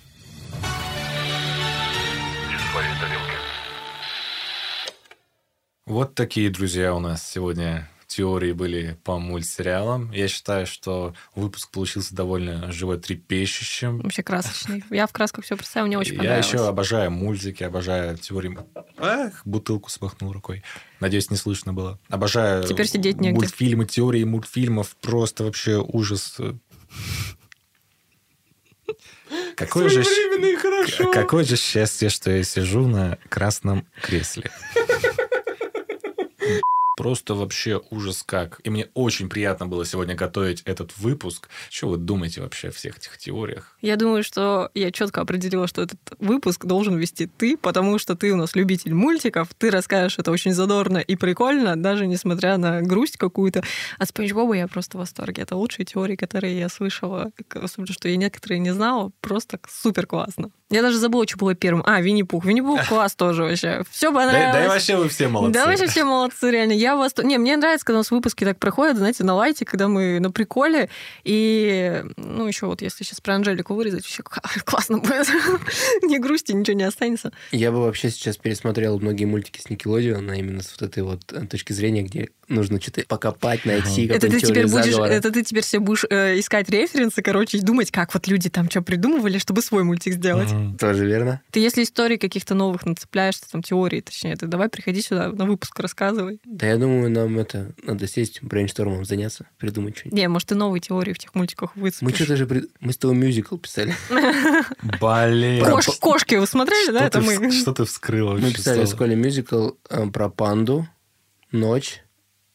[SPEAKER 5] Вот такие, друзья, у нас сегодня теории были по мультсериалам. Я считаю, что выпуск получился довольно животрепещущим.
[SPEAKER 4] Вообще красочный. Я в красках все представила, мне очень
[SPEAKER 5] Я
[SPEAKER 4] понравилось.
[SPEAKER 5] еще обожаю мультики, обожаю теории... Ах, бутылку смахнул рукой. Надеюсь, не слышно было. Обожаю
[SPEAKER 4] Теперь сидеть негде.
[SPEAKER 5] мультфильмы, теории мультфильмов. Просто вообще ужас. Какое же... щ- К- Какое же счастье, что я сижу на красном кресле. Просто вообще ужас как. И мне очень приятно было сегодня готовить этот выпуск. Что вы думаете вообще о всех этих теориях?
[SPEAKER 4] Я думаю, что я четко определила, что этот выпуск должен вести ты, потому что ты у нас любитель мультиков, ты расскажешь это очень задорно и прикольно, даже несмотря на грусть какую-то. От Спанч Боба я просто в восторге. Это лучшие теории, которые я слышала, к- особенно, что я некоторые не знала. Просто супер классно. Я даже забыла, что было первым. А, Винни-Пух. Винни-Пух класс тоже вообще. Все
[SPEAKER 5] Да, да и
[SPEAKER 4] понравилось.
[SPEAKER 5] вообще вы все молодцы.
[SPEAKER 4] Да, вообще все молодцы, реально. Я вас... Не, мне нравится, когда у нас выпуски так проходят, знаете, на лайте, когда мы на приколе. И, ну, еще вот, если сейчас про Анжелику вырезать, вообще к- *laughs* классно будет. Не грусти, ничего не останется.
[SPEAKER 3] Я бы вообще сейчас пересмотрел многие мультики с Никелодиона именно с вот этой вот э, точки зрения, где нужно что-то покопать, найти,
[SPEAKER 4] Это ты
[SPEAKER 3] какую-нибудь
[SPEAKER 4] теперь
[SPEAKER 3] теорию
[SPEAKER 4] будешь...
[SPEAKER 3] заговора.
[SPEAKER 4] Это ты теперь все будешь э, искать референсы, короче, и думать, как вот люди там что придумывали, чтобы свой мультик сделать.
[SPEAKER 3] Тоже верно.
[SPEAKER 4] Ты если истории каких-то новых нацепляешься, там, теории, точнее, ты давай приходи сюда, на выпуск рассказывай.
[SPEAKER 3] Да я думаю, нам это надо сесть брейнштормом заняться, придумать что-нибудь.
[SPEAKER 4] Не, может, ты новые теории в тех мультиках
[SPEAKER 3] Мы
[SPEAKER 4] выцепишь.
[SPEAKER 3] что-то же... прид- Мы с тобой мюзикл писали.
[SPEAKER 5] Блин.
[SPEAKER 4] Кош- Кошки вы смотрели, да?
[SPEAKER 5] Что
[SPEAKER 4] Это
[SPEAKER 5] ты
[SPEAKER 4] мы.
[SPEAKER 5] вс- Что ты вскрыла
[SPEAKER 3] Мы
[SPEAKER 5] вообще?
[SPEAKER 3] писали в
[SPEAKER 5] Слава?
[SPEAKER 3] школе мюзикл э, про панду, ночь.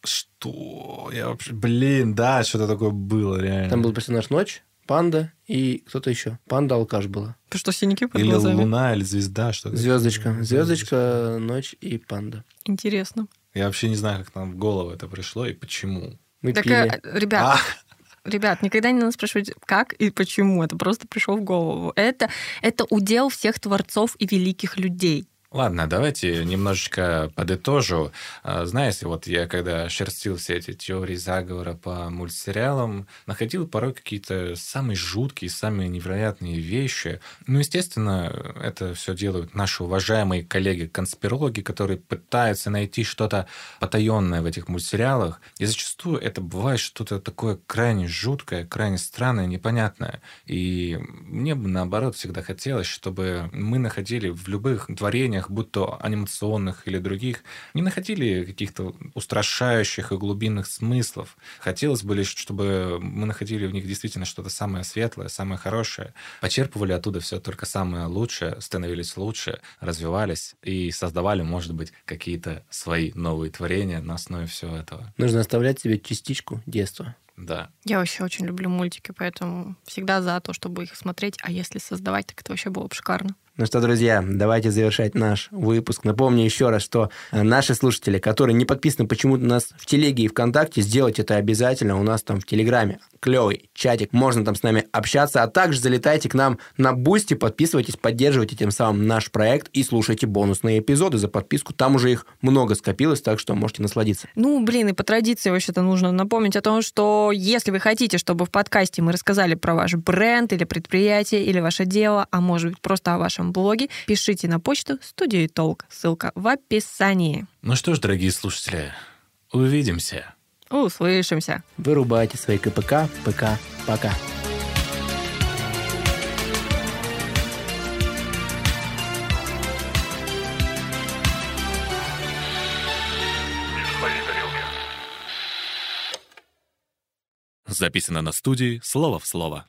[SPEAKER 5] Что? Я вообще... Блин, да, что-то такое было реально.
[SPEAKER 3] Там был персонаж ночь, панда и кто-то еще. Панда-алкаш была.
[SPEAKER 4] Ты *laughs* Что, синяки под
[SPEAKER 5] Или
[SPEAKER 4] глазами?
[SPEAKER 5] луна, или звезда, что-то.
[SPEAKER 3] Звездочка. Звездочка, ночь и панда.
[SPEAKER 4] Интересно.
[SPEAKER 5] Я вообще не знаю, как нам в голову это пришло и почему.
[SPEAKER 3] Мы
[SPEAKER 4] Так,
[SPEAKER 3] пили.
[SPEAKER 4] э, ребят,
[SPEAKER 5] А,
[SPEAKER 4] ребят, никогда не надо спрашивать, как и почему. Это просто пришло в голову. Это, это удел всех творцов и великих людей.
[SPEAKER 5] Ладно, давайте немножечко подытожу. А, Знаете, вот я когда шерстил все эти теории заговора по мультсериалам, находил порой какие-то самые жуткие, самые невероятные вещи. Ну, естественно, это все делают наши уважаемые коллеги-конспирологи, которые пытаются найти что-то потаенное в этих мультсериалах. И зачастую это бывает что-то такое крайне жуткое, крайне странное, непонятное. И мне бы, наоборот, всегда хотелось, чтобы мы находили в любых творениях, будь то анимационных или других, не находили каких-то устрашающих и глубинных смыслов. Хотелось бы лишь, чтобы мы находили в них действительно что-то самое светлое, самое хорошее, почерпывали оттуда все только самое лучшее, становились лучше, развивались и создавали, может быть, какие-то свои новые творения на основе всего этого.
[SPEAKER 3] Нужно оставлять себе частичку детства.
[SPEAKER 5] Да.
[SPEAKER 4] Я вообще очень люблю мультики, поэтому всегда за то, чтобы их смотреть. А если создавать, так это вообще было бы шикарно.
[SPEAKER 3] Ну что, друзья, давайте завершать наш выпуск. Напомню еще раз, что э, наши слушатели, которые не подписаны почему-то на нас в Телеге и ВКонтакте, сделать это обязательно у нас там в Телеграме. Клевый чатик, можно там с нами общаться, а также залетайте к нам на Бусти, подписывайтесь, поддерживайте тем самым наш проект и слушайте бонусные эпизоды за подписку. Там уже их много скопилось, так что можете насладиться.
[SPEAKER 4] Ну, блин, и по традиции вообще-то нужно напомнить о том, что если вы хотите, чтобы в подкасте мы рассказали про ваш бренд или предприятие, или ваше дело, а может быть просто о вашем блоге, пишите на почту студии Толк. Ссылка в описании.
[SPEAKER 5] Ну что ж, дорогие слушатели, увидимся.
[SPEAKER 4] Услышимся.
[SPEAKER 3] Вырубайте свои КПК, ПК, пока.
[SPEAKER 6] Записано на студии «Слово в слово».